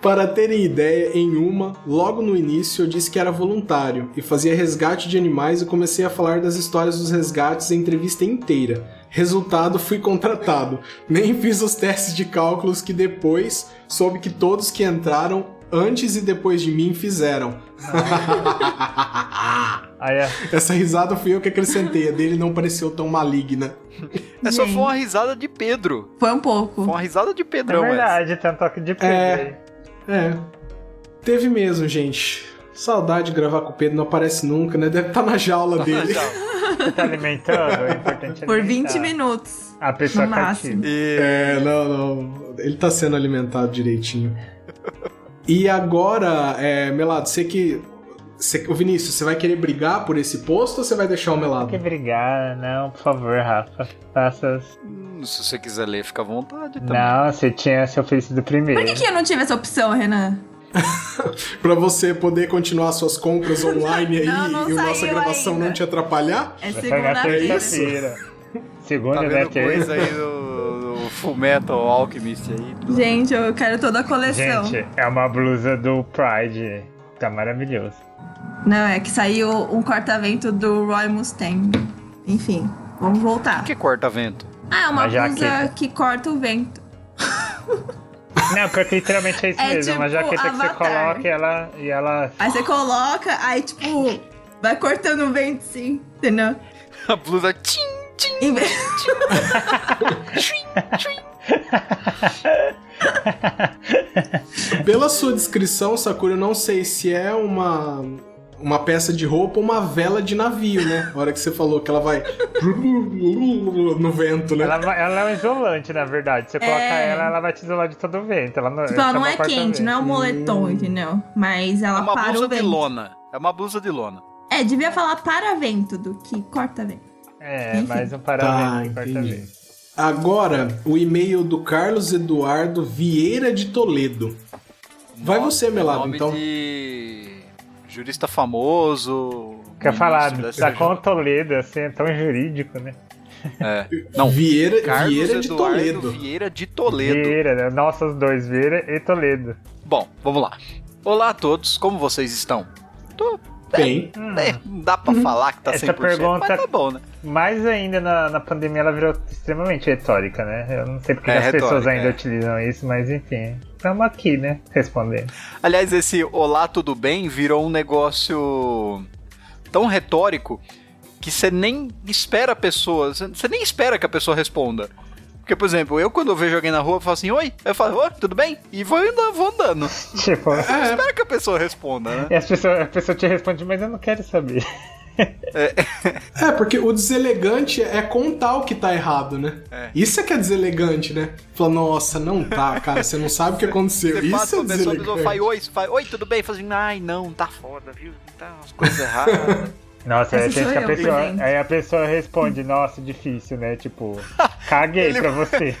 A: Para terem ideia, em uma, logo no início eu disse que era voluntário e fazia resgate de animais e comecei a falar das histórias dos resgates a entrevista inteira. Resultado, fui contratado. Nem fiz os testes de cálculos que depois soube que todos que entraram antes e depois de mim fizeram.
D: Aí é a
A: Essa risada fui eu que acrescentei, a dele não pareceu tão maligna.
B: É só
C: Gente.
B: foi uma risada de Pedro.
C: Foi um
B: Foi
C: pouco.
B: uma risada de
D: É
B: Pedrão, mas.
D: verdade, tem um toque de
A: É.
D: pedra aí.
A: É. Teve mesmo, gente. Saudade de gravar com o Pedro, não aparece nunca, né? Deve estar na jaula
B: Tá
A: dele.
D: Você tá alimentando, é importante
C: Por
D: alimentar.
C: 20 minutos.
D: A pessoa
C: no máximo.
D: cativa.
B: E
A: É, não, não. Ele tá sendo alimentado direitinho. E agora, é, Melado, você que. Você, ô Vinícius, você vai querer brigar por esse posto ou você vai deixar o
D: Não
A: Melado?
D: que brigar, não, por favor, Rafa. Faça.
B: hum, se você quiser ler, fica à vontade tá? também.
D: Não, você tinha seu ofício do primeiro.
C: Tá Por que, que eu não tive essa opção, Renan?
A: Pra você poder continuar suas compras online aí
C: Não, não
A: e a nossa
C: saiu
A: gravação
C: ainda.
A: não te atrapalhar?
C: É
D: Vai pegar
C: segunda-feira.
A: isso?
D: terça-feira.
B: Tá
D: Segunda,
B: vendo
D: deve ter.
B: coisa aí do, do Full Metal Alchemist aí?
C: Gente, eu quero toda a coleção.
D: Gente, é uma blusa do Pride. Tá maravilhoso.
C: Não, é que saiu um corta-vento do Roy Mustang. Enfim, vamos voltar.
B: Que corta-vento?
C: Ah, é uma
D: Uma
C: blusa
D: jaqueta.
C: que corta o vento.
D: Não, porque literalmente é isso
C: É
D: mesmo. uma
C: tipo
D: jaqueta que você
C: Avatar.
D: coloca e ela, e ela
C: Aí você coloca, aí tipo, vai cortando o vento sim, entendeu?
B: A blusa tchim, tchim,
C: Em vez-
B: tchim, tchim.
A: Pela sua descrição, Sakura, eu não sei se é uma. Uma peça de roupa ou uma vela de navio, né? A hora que você falou que ela vai no vento, né?
D: Ela, va- ela é um isolante, na verdade. Você coloca ela, ela vai te isolar de todo o vento. Ela não,
C: É. Tipo, ela
D: só
C: não é
D: corta
C: quente,
D: vento.
C: não é um moletom, entendeu? Mas
B: É
C: ela
B: uma
C: Ah, para
B: blusa
C: o
B: de
C: vento.
B: lona. É uma blusa de lona.
C: É, devia falar para vento do que corta vento.
D: É,
C: Enfim.
D: mais um
A: Tá,
D: parabéns. corta
A: entendi.
D: vento.
A: Agora, o e-mail do Carlos Eduardo Vieira de Toledo. Vai
B: Nome-
A: você, Melado,
B: nome
A: então.
B: de jurista famoso.
D: Quer falar,
B: ministro
D: tá
B: da-
D: com Toledo, assim, é tão jurídico, né?
B: É. Não,
A: Vieira,
B: Carlos
A: Vieira de
B: Eduardo
A: Toledo.
B: Vieira de Toledo.
D: Vieira, né? Nossos dois, Vieira e Toledo.
B: Bom, vamos lá. Olá a todos, como vocês estão? Tô,
A: Bem,
B: é, não dá pra falar que tá 100%,
D: Essa pergunta-
B: mas tá bom, né?
D: Mais ainda na, na pandemia ela virou extremamente retórica, né? Eu não sei porque
B: É,
D: as pessoas
B: retórica,
D: ainda
B: é.
D: utilizam isso, mas enfim. Estamos aqui, né? Respondendo.
B: Aliás, esse olá, tudo bem virou um negócio tão retórico que você nem espera a pessoa, você nem espera que a pessoa responda. Porque, por exemplo, eu quando eu vejo alguém na rua, eu falo assim, oi, eu falo, oi, tudo bem? E vou andando, vou andando.
D: Tipo,
A: é,
B: Espera que a pessoa responda, né?
D: e as pessoas, a pessoa te responde, mas eu não quero saber.
A: é, porque o deselegante é contar o que tá errado, né?
B: É.
A: Isso é que é deselegante, né? Falar, nossa, não tá, cara, você não sabe o que aconteceu.
B: Você
A: Isso
B: passa
A: é
B: pra pessoa, a pessoa faz
A: deselegante.
B: oi, você faz oi, tudo bem? Fala assim, ai, não, tá foda, viu? Tá umas coisas erradas.
D: Nossa, aí
C: Essa
D: tem
C: sou
D: que a
C: eu,
D: pessoa.
C: presente.
D: Aí a pessoa responde, nossa, difícil, né? Tipo, caguei pra você.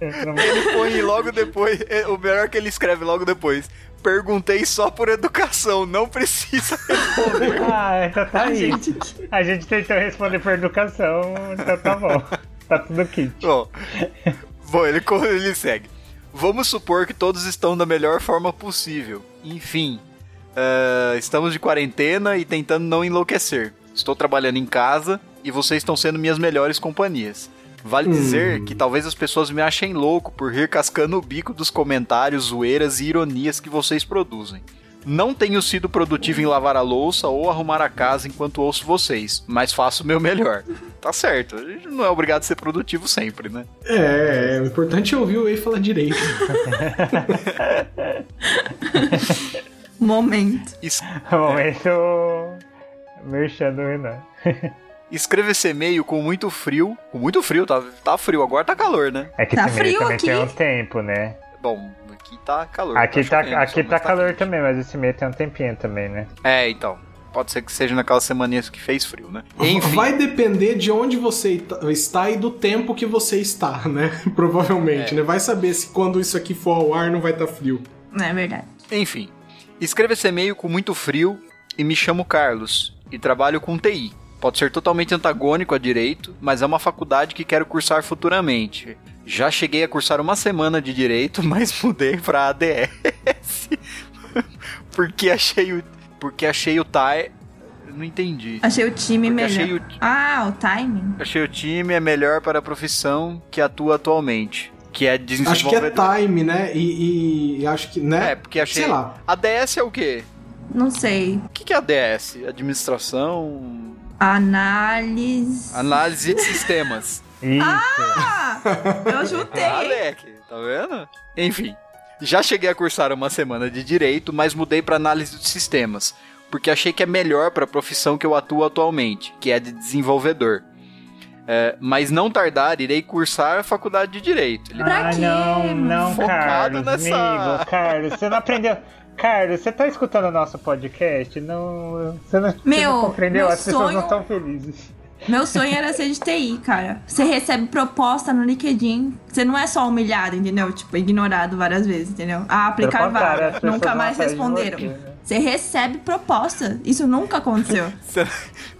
D: Não-
B: ele põe logo depois, é, o melhor que ele escreve logo depois. Perguntei só por educação, não precisa responder.
D: ah, então tá aí. A gente tentou responder por educação, então tá bom. Tá tudo kit.
B: Bom, bom ele, co- ele segue. Vamos supor que todos estão da melhor forma possível. Enfim, ah, estamos de quarentena e tentando não enlouquecer. Estou trabalhando em casa e vocês estão sendo minhas melhores companhias. Vale dizer que talvez as pessoas me achem louco por rir cascando o bico dos comentários, zoeiras e ironias que vocês produzem. Não tenho sido produtivo em lavar a louça ou arrumar a casa enquanto ouço vocês, mas faço o meu melhor. Tá certo, a gente não é obrigado a ser produtivo sempre, né?
A: É, é, o importante é ouvir o Ei falar direito.
C: Momento.
B: Es-
D: Momento. Merchan do Renan.
B: Escreva esse e-mail com muito frio. Com muito frio, tá, tá frio, agora tá calor, né?
D: É que
C: Tá
D: esse meio
C: frio
D: também
C: aqui.
D: tem um tempo, né?
B: Bom, aqui tá calor.
D: Aqui tá,
B: chovendo,
D: aqui
B: só,
D: tá
B: mas
D: calor também, mas esse meio tem um tempinho também, né?
C: Ah,
B: É, então. Pode ser que seja naquela semaninha que fez frio, né?
A: Uhum.
B: Enfim.
A: Vai depender de onde você ita- está e do tempo que você está, né? Provavelmente,
B: É.
A: né? Vai saber se quando isso aqui for ao ar não vai estar frio.
C: Não é verdade.
B: Enfim, escreva esse e-mail com muito frio e me chamo Carlos e trabalho com TI. Pode ser totalmente antagônico a direito, mas é uma faculdade que quero cursar futuramente. Já cheguei a cursar uma semana de direito, mas mudei pra ADS porque achei o porque achei o TAE, não entendi.
C: Achei o time
B: Porque
C: melhor.
B: achei o
C: Ah, o timing?
B: achei o time é melhor para a profissão que atua atualmente, que é desenvolvedor.
A: Acho que é time, né? E, e- e acho que, né?
B: É, porque achei
A: Sei lá.
B: ADS é o quê?
C: Não sei.
B: O que que é ADS? Administração,
C: Análise.
B: análise de sistemas.
D: Isso.
C: Ah! Eu chutei.
B: Ah,
C: hein?
B: Alec, tá vendo? Enfim, Já cheguei a cursar uma semana de direito, mas mudei para análise de sistemas, porque achei que é melhor para a profissão que eu atuo atualmente, que é de desenvolvedor. É, mas não tardar, irei cursar a faculdade de direito. Ele
C: Pra
D: ah,
C: quê?
D: não, não,
B: Focado
D: Carlos,
B: nessa-
D: amigo, Carlos, você não aprendeu. Carlos, você tá escutando o nosso podcast? Não, você não, você
C: Meu,
D: não compreendeu?
C: meu
D: As pessoas não
C: sonho-
D: estão felizes.
C: Meu sonho era ser de TI, cara. Você recebe proposta no LinkedIn, você não é só humilhado, entendeu? Tipo, ignorado várias vezes, entendeu? Ah, aplicar
D: Pelo contrário,
C: vaga.
D: as pessoas
C: Nunca
D: vão
C: mais
D: atrás de
C: responderam.
D: você, né?
C: Você recebe proposta. Isso nunca aconteceu.
B: Você-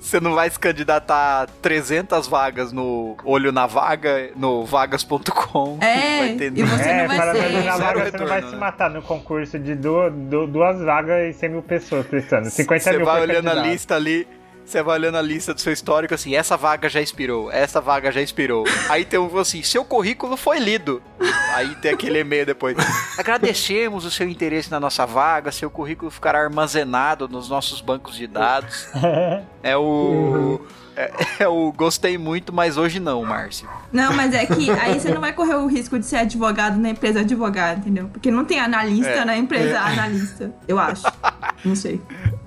B: Você não vai se candidatar a 300 vagas no Olho na Vaga, no vagas.com.
C: É,
B: vai ter
C: e você
D: é,
C: não vai
D: para
C: ser.
D: fazer na
B: Zero
D: vaga, você não
B: retorno,
D: vai
B: né?
D: se matar no concurso de duas, du- duas vagas e 100 mil pessoas prestando. 50
B: Você
D: mil
B: vai
D: por
B: olhando a
D: candidato.
B: lista ali, você vai olhando a lista do seu histórico assim, essa vaga já expirou, essa vaga já expirou. Aí tem um assim, seu currículo foi lido. Aí tem aquele e-mail depois. Agradecemos o seu interesse na nossa vaga, seu currículo ficará armazenado nos nossos bancos de dados. É o é, é o gostei muito, mas hoje não, Márcio.
C: Não, mas é que aí você não vai correr o risco de ser advogado na empresa advogado, entendeu? Porque não tem analista
B: É.
C: na empresa analista, eu acho. Não sei.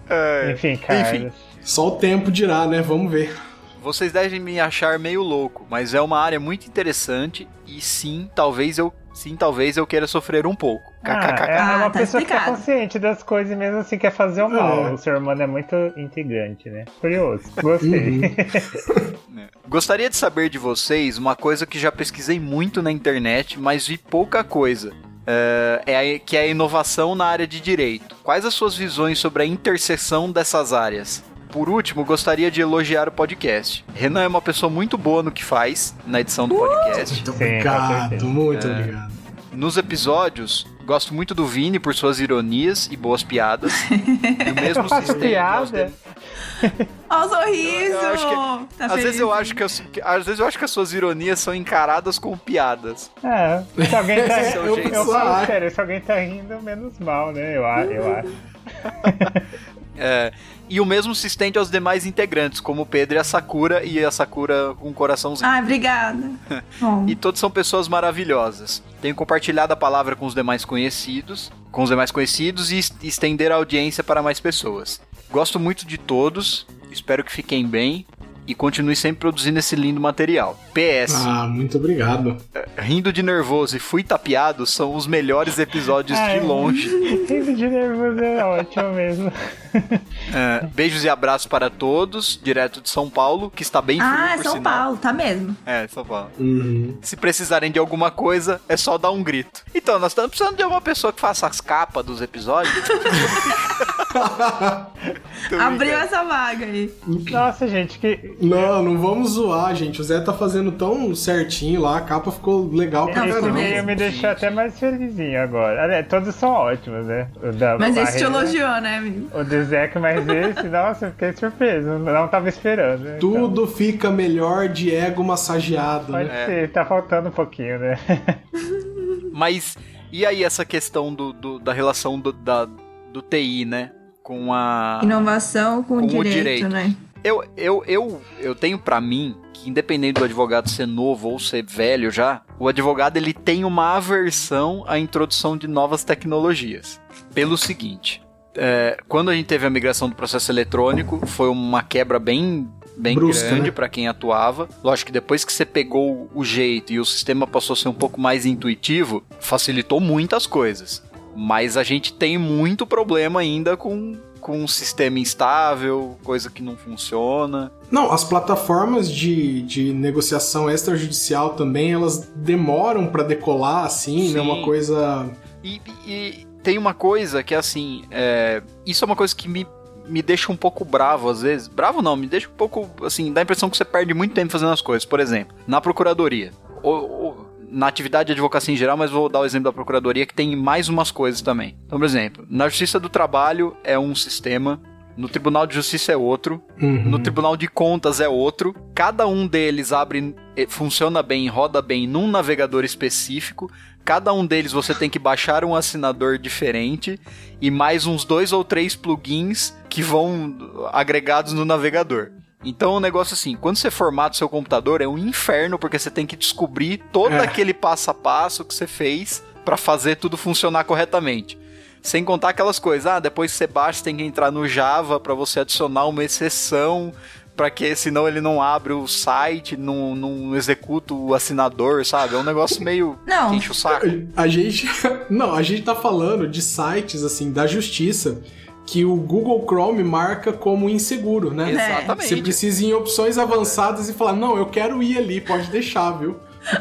B: É.
D: Enfim, Carlos.
A: Só o tempo dirá, né? Vamos ver.
B: Vocês devem me achar meio louco, mas é uma área muito interessante e sim, talvez eu sim, talvez eu queira sofrer um pouco.
D: Ah, é
B: KKKK.
C: Ah,
D: uma
C: tá
D: pessoa que é
C: explicado.
D: consciente das coisas e mesmo assim quer fazer o mal.
A: É.
D: O ser humano é muito intrigante, né? Curioso.
B: Uhum.
D: Gostei.
B: né? Gostaria de saber de vocês uma coisa que já pesquisei muito na internet, mas vi pouca coisa. É, é a- que é a inovação na área de direito. Quais as suas visões sobre a interseção dessas áreas? Por último, gostaria de elogiar o podcast. Renan é uma pessoa muito boa no que faz, na edição
D: Uh!
B: do podcast.
A: Muito
D: Sim, com
A: obrigado,
D: certeza.
B: É.
A: muito obrigado.
B: Nos episódios, gosto muito do Vini por suas ironias e boas piadas. E o mesmo
D: Eu faço
B: sistema que aos
D: piada.
B: dem-
C: Ó, o sorriso!
B: Eu acho que-
C: Tá
B: Às
C: feliz,
B: vezes eu
C: hein?
B: acho que, as- que- às vezes eu acho que as suas ironias são encaradas com piadas.
D: É, se alguém tá
B: Esse é o
D: eu,
B: jeito.
D: eu falo sério, se alguém tá rindo, menos mal, né? Eu, a- eu acho.
B: É, E o mesmo se estende aos demais integrantes, como o Pedro e a Sakura, e a Sakura com um coraçãozinho.
C: Ai, Ah, obrigada. Bom,
B: E todos são pessoas maravilhosas. Tenho compartilhado a palavra com os demais conhecidos, com os demais conhecidos e es- estender a audiência para mais pessoas. Gosto muito de todos, espero que fiquem bem e continue sempre produzindo esse lindo material. PS,
A: Ah, muito obrigado.
C: Ah.
B: rindo de nervoso e fui tapeado são os melhores episódios
D: Ah, é.
B: de longe.
D: Rindo de nervoso é ótimo mesmo.
B: É, beijos e abraços para todos, direto de São Paulo, que está bem frio,
C: ah, é
B: por
C: São
B: sinal.
C: Paulo, tá mesmo.
B: É, São Paulo.
A: Uhum.
B: Se precisarem de alguma coisa, é só dar um grito. Então, nós estamos precisando de uma pessoa que faça as capas dos episódios. Tô
C: Abriu
B: brincando.
C: essa vaga aí.
D: Nossa, gente, que.
A: Não, não vamos zoar, gente. O Zé tá fazendo tão certinho lá, a capa ficou legal pra
C: ficou
D: Esse
A: caramba.
D: É, meio me deixou até mais felizinho agora. Aliás, todos são ótimos, né? O da
C: Mas esse te
D: Barreira,
C: elogiou, né, amigo?
D: O do Zeca, mas esse, nossa, eu fiquei surpreso. Não tava esperando. né? Então,
A: Tudo fica melhor de ego massageado,
D: pode
A: né?
D: ser, tá faltando um pouquinho, né?
B: Mas, e aí essa questão do, do- da relação do, da- do TI, né? Com a...
C: Inovação com,
B: Com o
C: direito,
B: direito.
C: né?
B: Eu, eu, eu, eu tenho pra mim que, independente do advogado ser novo ou ser velho já, o advogado ele tem uma aversão à introdução de novas tecnologias. Pelo seguinte: é, quando a gente teve a migração do processo eletrônico, foi uma quebra bem. Bem
A: Brusca,
B: grande
A: né?
B: pra quem atuava. Lógico que depois que você pegou o jeito e o sistema passou a ser um pouco mais intuitivo, facilitou muitas coisas. Mas a gente tem muito problema ainda com, com um sistema instável, coisa que não funciona.
A: Não, as plataformas de, de negociação extrajudicial também, elas demoram pra decolar, assim, né?
B: Sim.
A: Uma coisa...
B: E, e tem uma coisa que, assim, é, isso é uma coisa que me, me deixa um pouco bravo às vezes. Bravo não, me deixa um pouco, assim, dá a impressão que você perde muito tempo fazendo as coisas. Por exemplo, na procuradoria, ou, ou na atividade de advocacia em geral, mas vou dar o exemplo da procuradoria, que tem mais umas coisas também. Então, por exemplo, na Justiça do Trabalho é um sistema, no Tribunal de Justiça é outro,
A: Uhum.
B: No Tribunal de Contas é outro. Cada um deles abre, eh, funciona bem, roda bem num navegador específico. Cada um deles você tem que baixar um assinador diferente e mais uns dois ou três plugins que vão agregados no navegador. Então, o negócio assim, quando você formata o é seu computador, é um inferno, porque você tem que descobrir todo
A: É.
B: aquele passo a passo que você fez para fazer tudo funcionar corretamente. Sem contar aquelas coisas, ah, depois que você baixa, você tem que entrar no Java para você adicionar uma exceção, para que senão ele não abre o site, não, não executa o assinador, sabe? É um negócio meio
C: Não.
B: que enche o saco.
A: A gente. Não, a gente tá falando de sites, assim, da justiça, que o Google Chrome marca como inseguro, né? Você
B: Exatamente.
A: precisa ir em opções avançadas e falar, não, eu quero ir ali, pode deixar, viu?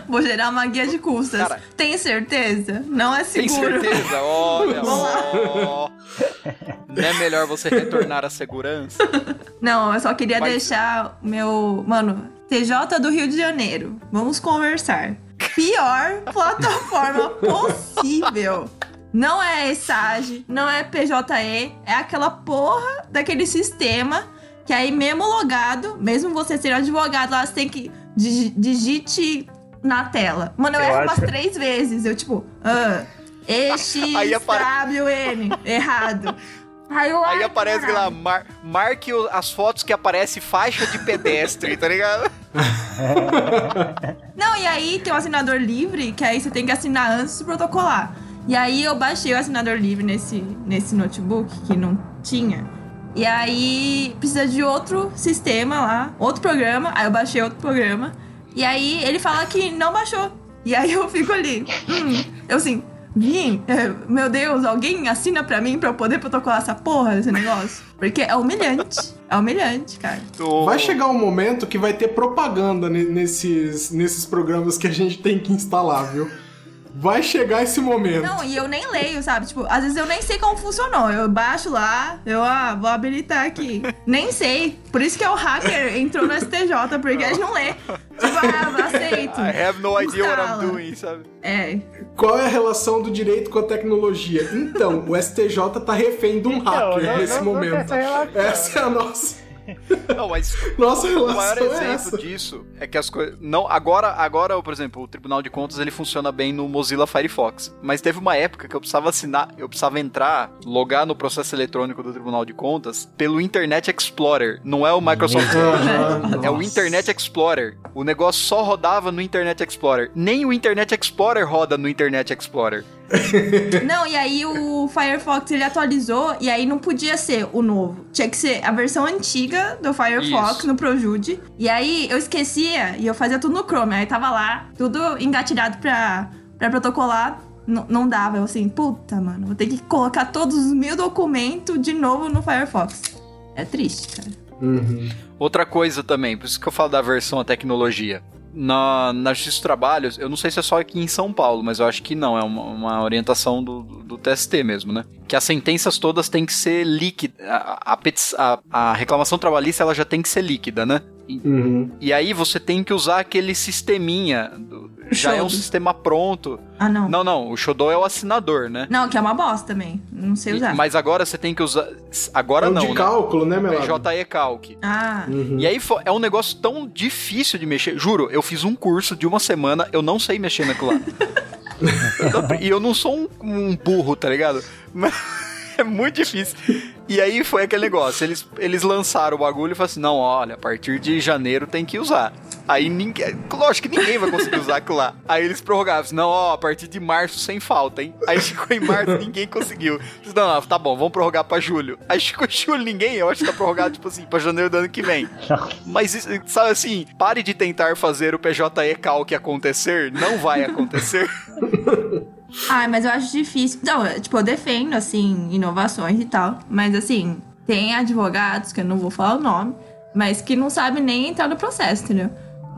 C: Vou gerar uma guia de custas.
B: Cara.
C: Tem certeza? Não é
B: Tem
C: seguro.
B: certeza? Olha só. Não é melhor você retornar à segurança?
C: Não, eu só queria
B: Vai.
C: deixar o meu. Mano, TJ do Rio de Janeiro. Vamos conversar. Pior plataforma possível. Não é ESAG, não é PJE, é aquela porra daquele sistema que aí mesmo logado, mesmo você ser advogado lá, você tem que digi- digite na tela. Mano, eu,
D: Eu
C: erro umas
D: acho-
C: três vezes. Eu tipo, ah, EX,
B: Aí apare-
C: WN, errado. Aí, eu,
B: Aí
C: "Ai,
B: aparece
C: caralho."
B: lá, mar- marque o- as fotos que aparece faixa de pedestre, tá ligado?
C: Não, e aí tem o assinador livre, que aí você tem que assinar antes de protocolar. E aí eu baixei o assinador livre nesse, nesse notebook, que não tinha. E aí precisa de outro sistema lá, outro programa. Aí eu baixei outro programa. E aí ele fala que não baixou. E aí eu fico ali. Hum, eu assim, vim, é, meu Deus, alguém assina pra mim pra eu poder protocolar essa porra, esse negócio? Porque é humilhante. É humilhante, cara.
B: O-
A: Vai chegar um momento que vai ter propaganda ne- nesses, nesses programas que a gente tem que instalar, viu? Vai chegar esse momento.
C: Não, e eu nem leio, sabe? Tipo, às vezes eu nem sei como funcionou. Eu baixo lá, eu, ah, vou habilitar aqui. Nem sei. Por isso que é o hacker entrou no STJ, porque a gente não lê. Tipo, ah, aceito.
B: I have no idea what I'm
C: Instala.
B: doing, sabe?
C: É.
A: Qual é a relação do direito com a tecnologia? Então, o STJ tá refém de um hacker
D: não-
A: nesse
D: não- não tem
A: momento.
D: essa relação.
A: essa é a nossa,
B: Não, mas
A: nossa
B: O maior
A: relação é
B: exemplo
A: essa.
B: disso é que as coisas. Não, agora, agora, por exemplo, o Tribunal de Contas ele funciona bem no Mozilla Firefox. Mas teve uma época que eu precisava assinar, eu precisava entrar, logar no processo eletrônico do Tribunal de Contas pelo Internet Explorer. Não é o Microsoft Edge.
A: Aham,
B: É o
A: nossa.
B: Internet Explorer. O negócio só rodava no Internet Explorer. Nem o Internet Explorer roda no Internet Explorer.
C: Não, e aí o Firefox ele atualizou e aí não podia ser o novo. Tinha que ser a versão antiga do Firefox
B: Isso.
C: no Projude. E aí eu esquecia e eu fazia tudo no Chrome. Aí tava lá, tudo engatilhado pra, pra protocolar. N- não dava. Eu assim, puta, mano, vou ter que colocar todos os mil documentos de novo no Firefox. É triste, cara.
A: Uhum.
B: Outra coisa também, por isso que eu falo da versão à tecnologia. Na, na Justiça do Trabalho, eu não sei se é só aqui em São Paulo, mas eu acho que não, é uma, uma orientação do, do TST mesmo, né? Que as sentenças todas têm que ser líquidas. A, a peti- a- a reclamação trabalhista ela já tem que ser líquida, né?
A: Uhum.
B: E aí você tem que usar aquele sisteminha. do- já é um
C: Shodo.
B: sistema pronto.
C: Ah, não. não.
B: Não, não, o Shodô é o assinador, né?
C: que é uma bosta também. Não sei
B: E-
C: usar.
B: mas agora você tem que usar.
A: É
B: Agora
A: o
B: não,
A: de cálculo, né,
B: né?
A: Melado?
B: JE Calc.
C: Ah,
A: Uhum.
B: E aí fo- é um negócio tão difícil de mexer. Juro, eu fiz um curso de uma semana, eu não sei mexer naquilo lá. Eu não- e eu não sou um, um burro, tá ligado? Mas é muito difícil. E aí foi aquele negócio, eles, eles lançaram o bagulho e falaram assim, não, olha, a partir de janeiro tem que usar. Aí ninguém, lógico que ninguém vai conseguir usar aquilo lá. Aí eles prorrogavam, assim, não, ó, a partir de março sem falta, hein? Aí chegou em março, ninguém conseguiu. Disse, Não, não, tá bom, vamos prorrogar pra julho. Aí chegou em julho, ninguém, eu acho que tá prorrogado, tipo assim, pra janeiro do ano que vem. Mas, isso- sabe assim, pare de tentar fazer o PJE Calc acontecer, não vai acontecer.
C: Ai, mas eu acho difícil. Não, eu, tipo, eu defendo, assim, inovações e tal. Mas, assim, tem advogados, que eu não vou falar o nome, mas que não sabem nem entrar no processo, entendeu?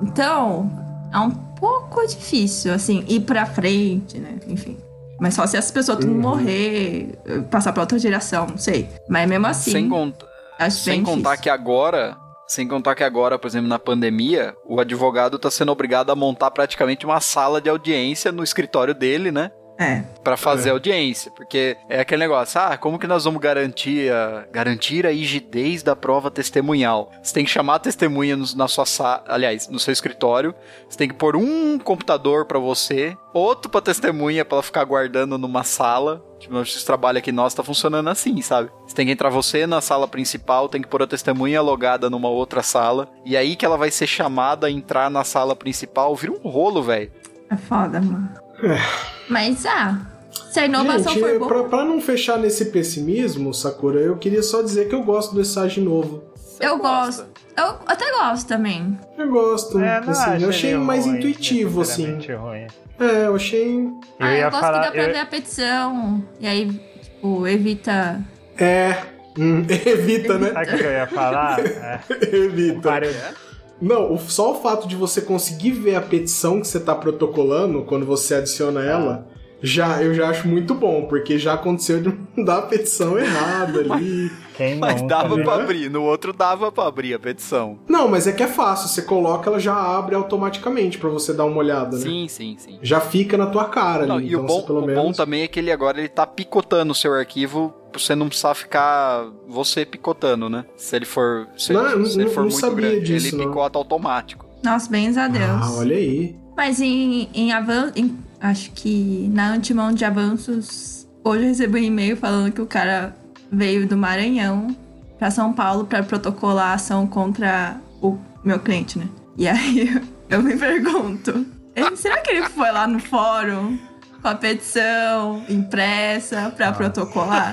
C: Então, é um pouco difícil, assim, ir pra frente, né? Enfim. Mas só se as pessoas
A: Uhum.
C: tudo morrer, passar pra outra geração, não sei. Mas mesmo assim,
B: Sem contar.
C: acho
B: Sem
C: bem
B: contar
C: difícil.
B: que agora, sem contar que agora, por exemplo, na pandemia, o advogado tá sendo obrigado a montar praticamente uma sala de audiência no escritório dele, né?
C: É.
B: Pra fazer
A: É.
B: audiência, porque é aquele negócio, ah, como que nós vamos garantir a, garantir a rigidez da prova testemunhal? Você tem que chamar a testemunha no- na sua sala, aliás, no seu escritório, você tem que pôr um computador pra você, outro pra testemunha pra ela ficar guardando numa sala. Tipo, esse trabalho aqui nosso tá funcionando assim, sabe? Você tem que entrar você na sala principal, tem que pôr a testemunha logada numa outra sala, e aí que ela vai ser chamada a entrar na sala principal, vira um rolo, velho.
C: É foda, mano. Mas ah, se a inovação
A: Gente,
C: for
A: eu-
C: boa.
A: pra, pra não fechar nesse pessimismo, Sakura, eu queria só dizer que eu gosto do estágio novo.
C: Eu gosto. Eu até gosto também.
A: Eu gosto.
D: É, não
A: assim,
D: acho
A: eu achei
D: ele
A: mais
D: ruim,
A: intuitivo, assim.
D: sinceramente ruim.
A: É, eu achei.
D: Eu
C: ah, eu
D: ia
C: gosto
D: falar-
C: que dá pra
D: eu-
C: ver a petição. E aí, tipo, evita.
A: É. Hum, evita, né?
D: Sabe o que eu ia falar? É,
A: evita.
D: pare-
A: Não, o- só o fato de você conseguir ver a petição que você tá protocolando quando você adiciona ela, já eu já acho muito bom, porque já aconteceu de mandar a petição errada ali.
D: Quem
B: Mas
D: não?
B: dava
A: né?
B: pra abrir, no outro dava pra abrir a petição.
A: Não, mas é que é fácil, você coloca, ela já abre automaticamente pra você dar uma olhada, né?
B: Sim, sim, sim.
A: Já fica na tua cara
B: Não,
A: ali,
B: e
A: então
B: o, bom,
A: você pelo
B: o
A: menos.
B: bom também é que ele agora ele tá picotando o seu arquivo pra você não precisar ficar você picotando, né? Se ele for, se
A: Não,
B: ele, se ele
A: não-
B: for
A: não
B: muito
A: sabia
B: grande,
A: disso,
B: ele
A: não.
B: picota automático.
C: Nossa, bens a Deus.
A: Ah, olha aí.
C: Mas em, em avanço. Acho que na antemão de avanços. Hoje eu recebi um e-mail falando que o cara veio do Maranhão pra São Paulo pra protocolar a ação contra o meu cliente, né? E aí eu me pergunto: ele- será que ele foi lá no fórum com a petição impressa
A: Ah.
C: pra protocolar?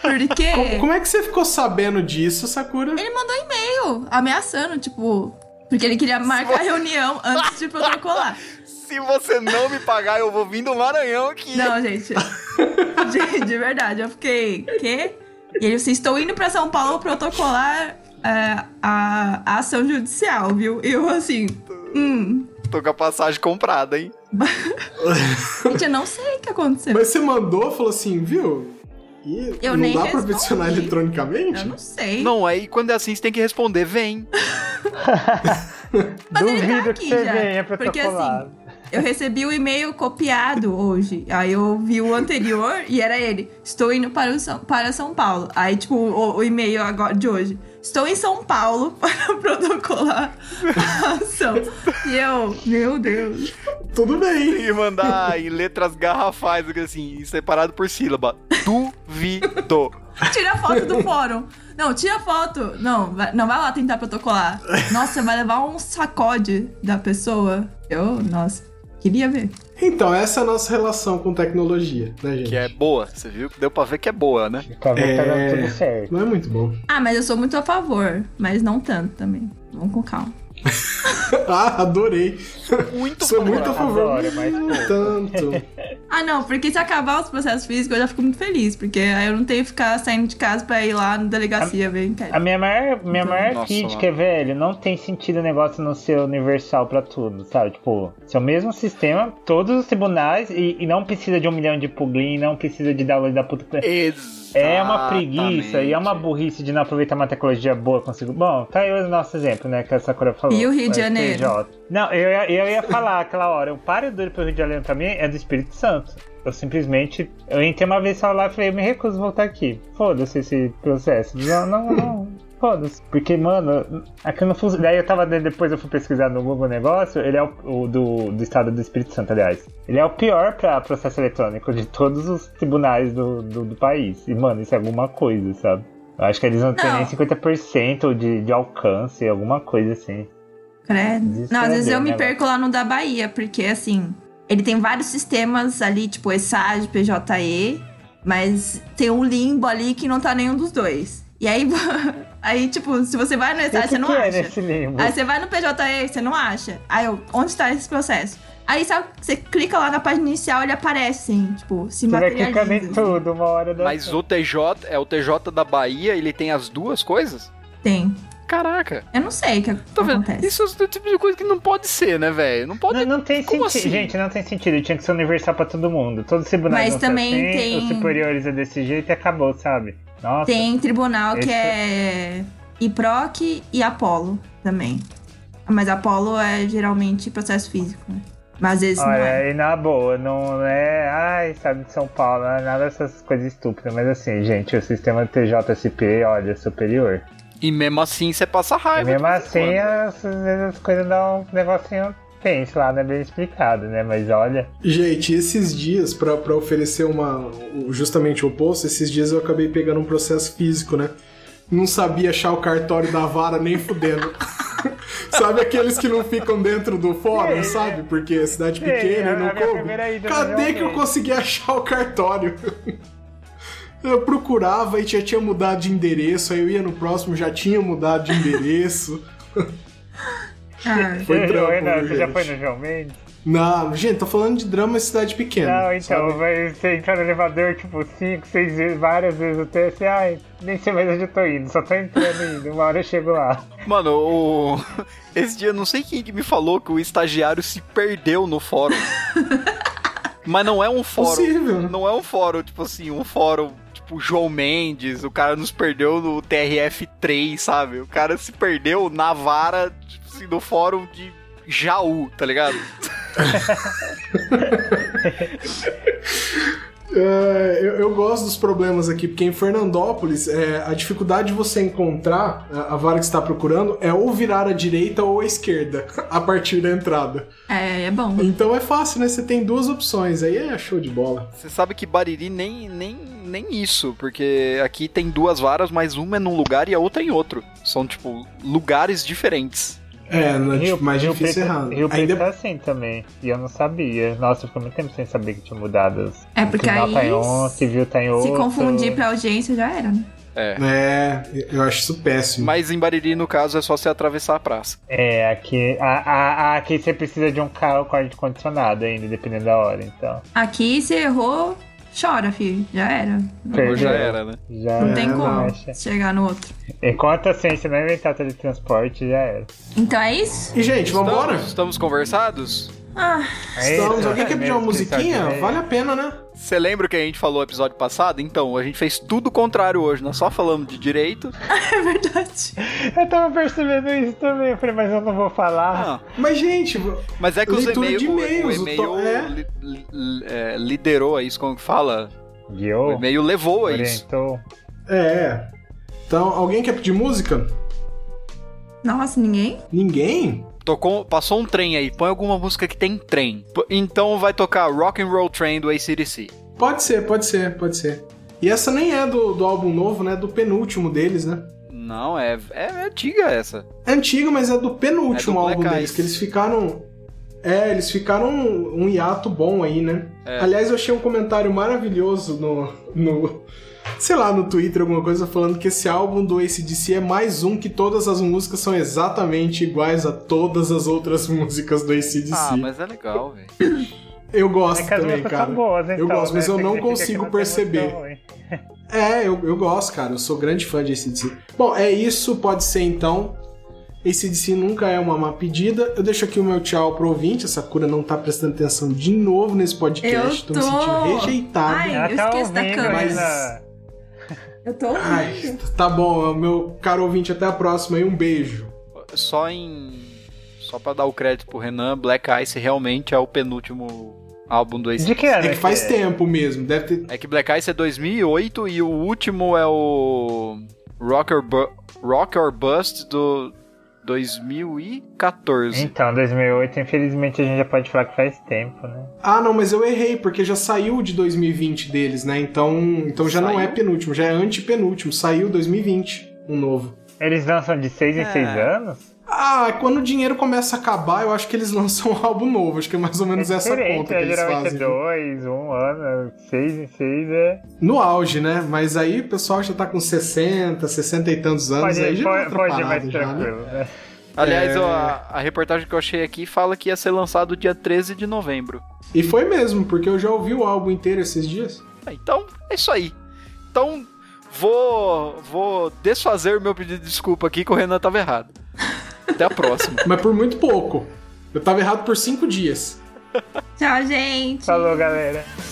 C: Por quê?
A: Como, como é que você ficou sabendo disso, Sakura?
C: Ele mandou e-mail ameaçando, tipo. Porque ele queria marcar a reunião antes de protocolar.
B: Se você não me pagar, eu vou vir do Maranhão aqui.
C: Não, gente. de, de verdade, eu fiquei. Quê? E ele disse: estou indo pra São Paulo protocolar é, a, a ação judicial, viu? E eu assim. Hum.
B: Tô com a passagem comprada, hein?
C: Gente, eu não sei o que aconteceu.
A: Mas você mandou, falou assim, viu? E
C: Eu
A: não
C: nem
A: dá pra
C: respondi.
A: peticionar eletronicamente?
C: Eu não sei.
B: Não, aí quando é assim, você tem que responder, vem.
C: Mas ele tá
D: Duvido
C: aqui
D: que você
C: já,
D: venha
C: porque assim,
D: protocolar.
C: Eu recebi o e-mail copiado hoje. Aí eu vi o anterior e era ele. Estou indo para, o São, para São Paulo. Aí, tipo, o, o e-mail agora de hoje. Estou em São Paulo para protocolar a ação. E eu, meu Deus.
A: Tudo bem.
B: E mandar em letras garrafais, assim, separado por sílaba. Duvido.
C: Tira a foto do fórum. Não, tira a foto. Não, vai- não vai lá tentar protocolar. Nossa, vai levar um sacode da pessoa. Eu, nossa, queria ver.
A: Então, essa é a nossa relação com tecnologia, né, gente?
B: Que é boa, você viu? Deu pra ver que é boa, né?
D: Pra ver que tá
A: É.
D: dando tudo certo.
A: Não é muito bom.
C: Ah, mas eu sou muito a favor. Mas não tanto também. Vamos com calma.
A: ah, adorei.
B: Muito
A: Sou
B: boa.
A: muito a favor.
D: Adoro, mas
A: Não tanto.
C: Ah, não, porque se acabar os processos físicos, eu já fico muito feliz, porque aí eu não tenho que ficar saindo de casa pra ir lá na delegacia ver
D: A
C: inquérito.
D: minha maior, minha
B: Nossa,
D: maior
B: mano.
D: crítica é, velho, não tem sentido o negócio não ser universal pra tudo, sabe? Tipo, se é o mesmo sistema, todos os tribunais, e, e não precisa de um milhão de plugin, não precisa de download da puta. É uma preguiça e é uma
B: burra.
D: burrice de não aproveitar uma tecnologia boa consigo. Bom, tá aí o nosso exemplo, né? Que a Sakura falou.
C: E o Rio de
D: É,
C: Janeiro?
D: TJ. Não, eu, ia- eu ia falar aquela hora. O páreo duro pro Rio de Janeiro pra mim é do Espírito Santo. Eu simplesmente. Eu entrei uma vez só lá e falei, eu me recuso a voltar aqui. Foda-se esse processo. Não, não, não. Foda-se. Porque, mano, aqui não funciona. Daí eu tava. Depois eu fui pesquisar no Google negócio. Ele é o, o do, do estado do Espírito Santo, aliás. Ele é o pior pra processo eletrônico de todos os tribunais do, do, do país. E, mano, isso é alguma coisa, sabe? Eu acho que eles não têm
C: Não.
D: nem 50% de, de alcance, alguma coisa assim.
C: Credo.
D: Isso
C: Não, às
D: é
C: vezes eu
D: bem
C: me
D: legal.
C: perco lá no da Bahia, porque assim, ele tem vários sistemas ali, tipo ESAG, PJE, mas tem um limbo ali que não tá nenhum dos dois. E aí, aí tipo, se você vai no
D: E o
C: ESAG,
D: que
C: você não
D: que é
C: acha.
D: nesse limbo?
C: Aí você vai no PJE, você não acha. Aí eu, onde tá esse processo? Aí sabe, você clica lá na página inicial, ele aparece, assim, tipo, se
D: Você vai
C: materializa.
D: clicando em tudo uma hora da.
B: Mas o TJ, é o TJ da Bahia, ele tem as duas coisas?
C: Tem.
B: Caraca.
C: Eu não sei o que
B: Tá vendo?
C: acontece.
B: Isso é o tipo de coisa que não pode ser, né, velho? Não pode.
D: Não, não tem sentido.
B: Como assim?
D: Gente, não tem sentido. Tinha que ser universal pra todo mundo. Todos os tribunais
C: Mas
D: vão ser
C: também
D: assim,
C: tem-
D: Os superiores é desse jeito e acabou, sabe? Nossa.
C: Tem tribunal que
D: Esse-
C: é IPROC e Apolo também. Mas Apolo é geralmente processo físico, né? Mas às
D: Ah,
C: vezes não é.
D: Olha, e na boa, não é. Ai, sabe, de São Paulo, não é nada dessas coisas estúpidas. Mas assim, gente, o sistema TJSP, olha, é superior.
B: E mesmo assim você passa
D: E
B: raiva.
D: mesmo
B: de vez em
D: assim,
B: quando.
D: as, às vezes as coisas dão um negocinho tenso lá, não é bem explicado, né? Mas olha.
A: Gente, esses dias, pra, pra oferecer uma o- justamente o oposto, esses dias eu acabei pegando um processo físico, né? Não sabia achar o cartório da vara nem fudendo. sabe aqueles que não ficam dentro do fórum, sabe? Porque é cidade
D: Sei,
A: pequena
D: é
A: e não
D: a minha
A: coube.
D: primeira ida, mas
A: Cadê
D: eu
A: que eu
D: amei.
A: consegui achar o cartório? Eu procurava e já tinha mudado de endereço, aí eu ia no próximo, já tinha mudado de endereço.
C: Ah,
A: Foi
D: Ei,
A: trampo,
D: Renan,
A: viu,
D: é Você já
A: gente?
D: foi no João Mendes?
A: Não, gente, tô falando de drama em cidade pequena.
D: Não, então,
A: sabe?
D: vai você entrar no elevador, tipo, 5, 6 vezes, várias vezes até assim, ai, nem sei mais onde eu tô indo, só tô entrando indo, uma hora eu chego lá.
B: Mano, o... esse dia eu não sei quem que me falou que o estagiário se perdeu no fórum. Mas não é um fórum.
A: Possível.
B: Não é um fórum, tipo assim, um fórum tipo João Mendes, o cara nos perdeu no TRF3, sabe? O cara se perdeu na vara, tipo assim, no fórum de Jaú, tá ligado?
A: É, eu, eu gosto dos problemas aqui, porque em Fernandópolis é, a dificuldade de você encontrar a, a vara que você está procurando é ou virar à direita ou à esquerda a partir da entrada.
C: é, é bom.
A: Então é fácil, né? Você tem duas opções, aí é show de bola.
B: Você sabe que Bariri nem, nem, nem isso, porque aqui tem duas varas, mas uma é num lugar e a outra em outro. São, tipo, lugares diferentes.
A: É, não é tipo, mais
D: Rio
A: difícil
D: Preto-
A: errado.
D: Rio
A: Aí
D: Preto
A: de-
D: é assim também, e eu não sabia. Nossa, eu fiquei muito tempo sem saber que tinha mudado.
C: É, porque
D: o tribunal
C: aí
D: tá em um, civil tá em outro.
C: Se confundir pra audiência já era, né?
B: É.
A: É, eu acho isso péssimo.
B: Mas em Bariri, no caso, é só você atravessar a praça.
D: É, aqui, a, a, aqui você precisa de um carro com ar-condicionado ainda, dependendo da hora, então.
C: Aqui se errou, chora, filho. Já era.
D: Perdeu.
B: Já era, né?
D: Já
C: Não
A: É,
C: tem como
A: não.
C: chegar no outro.
D: Enquanto a ciência assim, não inventar teletransporte, já era.
C: Então é isso?
A: E, gente, vambora?
B: Estamos, Então, estamos conversados?
C: Ah,
A: Estamos.
D: Eita,
A: Alguém quer pedir uma
D: mesmo que isso
A: musiquinha?
D: aqui-
A: Vale a pena, né?
B: Você lembra o que a gente falou no episódio passado? Então, a gente fez tudo o contrário hoje, nós só falamos de direito.
C: é verdade.
D: Eu tava percebendo isso também, eu falei, mas eu não vou
B: Ah,
D: falar.
A: Mas, gente, v-
B: mas é que os
A: Leitura
B: e-mail,
A: de
B: o- o
A: e-mails, o
B: e-mail
A: to- é.
B: li- li- li- é, liderou a isso, como que fala?
A: Oh,
B: O
D: Guiou,
B: e-mail levou a isso.
D: orientou.
A: é, é. Então, alguém quer pedir música?
C: Nossa, ninguém?
A: Ninguém?
B: Tocou, passou um trem aí, põe alguma música que tem trem. P- Então vai tocar Rock and Roll Train do ACDC.
A: Pode ser, pode ser, pode ser. E essa nem é do, do álbum novo, né? Do penúltimo deles, né?
B: Não, é, é, é antiga essa.
A: É antigo, mas é do penúltimo
B: É do Black
A: álbum deles,
B: Eyes.
A: que eles ficaram. É, eles ficaram um, um hiato bom aí, né?
B: É.
A: Aliás, eu achei um comentário maravilhoso no, no. Sei lá, no Twitter, alguma coisa, falando que esse álbum do ACDC é mais um que todas as músicas são exatamente iguais a todas as outras músicas do ACDC.
B: Ah, mas é legal, velho.
A: Eu gosto
D: É que as
A: também,
D: músicas
A: cara.
D: são boas, então.
A: eu gosto, mas
D: né?
A: eu não
D: Significa que
A: consigo
D: tem
A: perceber.
D: música ruim.
A: É, eu, eu gosto, cara. Eu sou grande fã de ACDC. Bom, é isso. Pode ser, então. ACDC nunca é uma má pedida. Eu deixo aqui o meu tchau pro ouvinte. A Sakura não tá prestando atenção de novo nesse podcast.
C: Eu
A: me
C: tô.
A: sentindo rejeitado.
C: Ai. Eu
D: Ela tá
C: esqueço da
D: ouvindo,
C: câmera.
D: mas... ah,
C: Eu tô
A: Ai, tá bom. Meu caro ouvinte, até a próxima e um beijo.
B: Só em. Só pra dar o crédito pro Renan, Black Ice realmente é o penúltimo álbum do ACDC.
D: De que ano?
A: É que faz tempo mesmo. Deve ter...
B: É que Black Ice é 2008 e o último é o Rock or, Bu- Rock or Bust do 2014.
D: Então, 2008, infelizmente a gente já pode falar que faz tempo, né?
A: Ah, não, mas eu errei, porque já saiu de 2020 deles, né? Então, então já não é
B: Saiu?
A: penúltimo, já é antepenúltimo. Saiu 2020, um novo.
D: Eles lançam de 6 em
C: É.
D: 6 anos?
A: Ah, quando o dinheiro começa a acabar, eu acho que eles lançam um álbum novo. Acho que é mais ou menos
D: é
A: essa
D: diferente,
A: conta que
D: né?
A: eles
D: geralmente
A: fazem.
D: é 2, 1 um ano, 6 em 6 é...
A: No auge, né? Mas aí o pessoal já tá com 60, 60 e tantos anos.
D: Pode,
A: aí
D: ir-
A: já é
D: pode,
A: outra
D: pode ir
A: parada
D: mais
A: já, né?
D: tranquilo, né?
B: Aliás,
A: É.
B: ó, a, a reportagem que eu achei aqui fala que ia ser lançado dia 13 de novembro.
A: E foi mesmo, porque eu já ouvi o álbum inteiro esses dias.
B: Ah, Então, é isso aí. Então, vou, vou desfazer o meu pedido de desculpa aqui que o Renan tava errado. Até a próxima.
A: Mas por muito pouco. Eu tava errado por cinco dias.
C: Tchau, gente.
D: Falou, galera.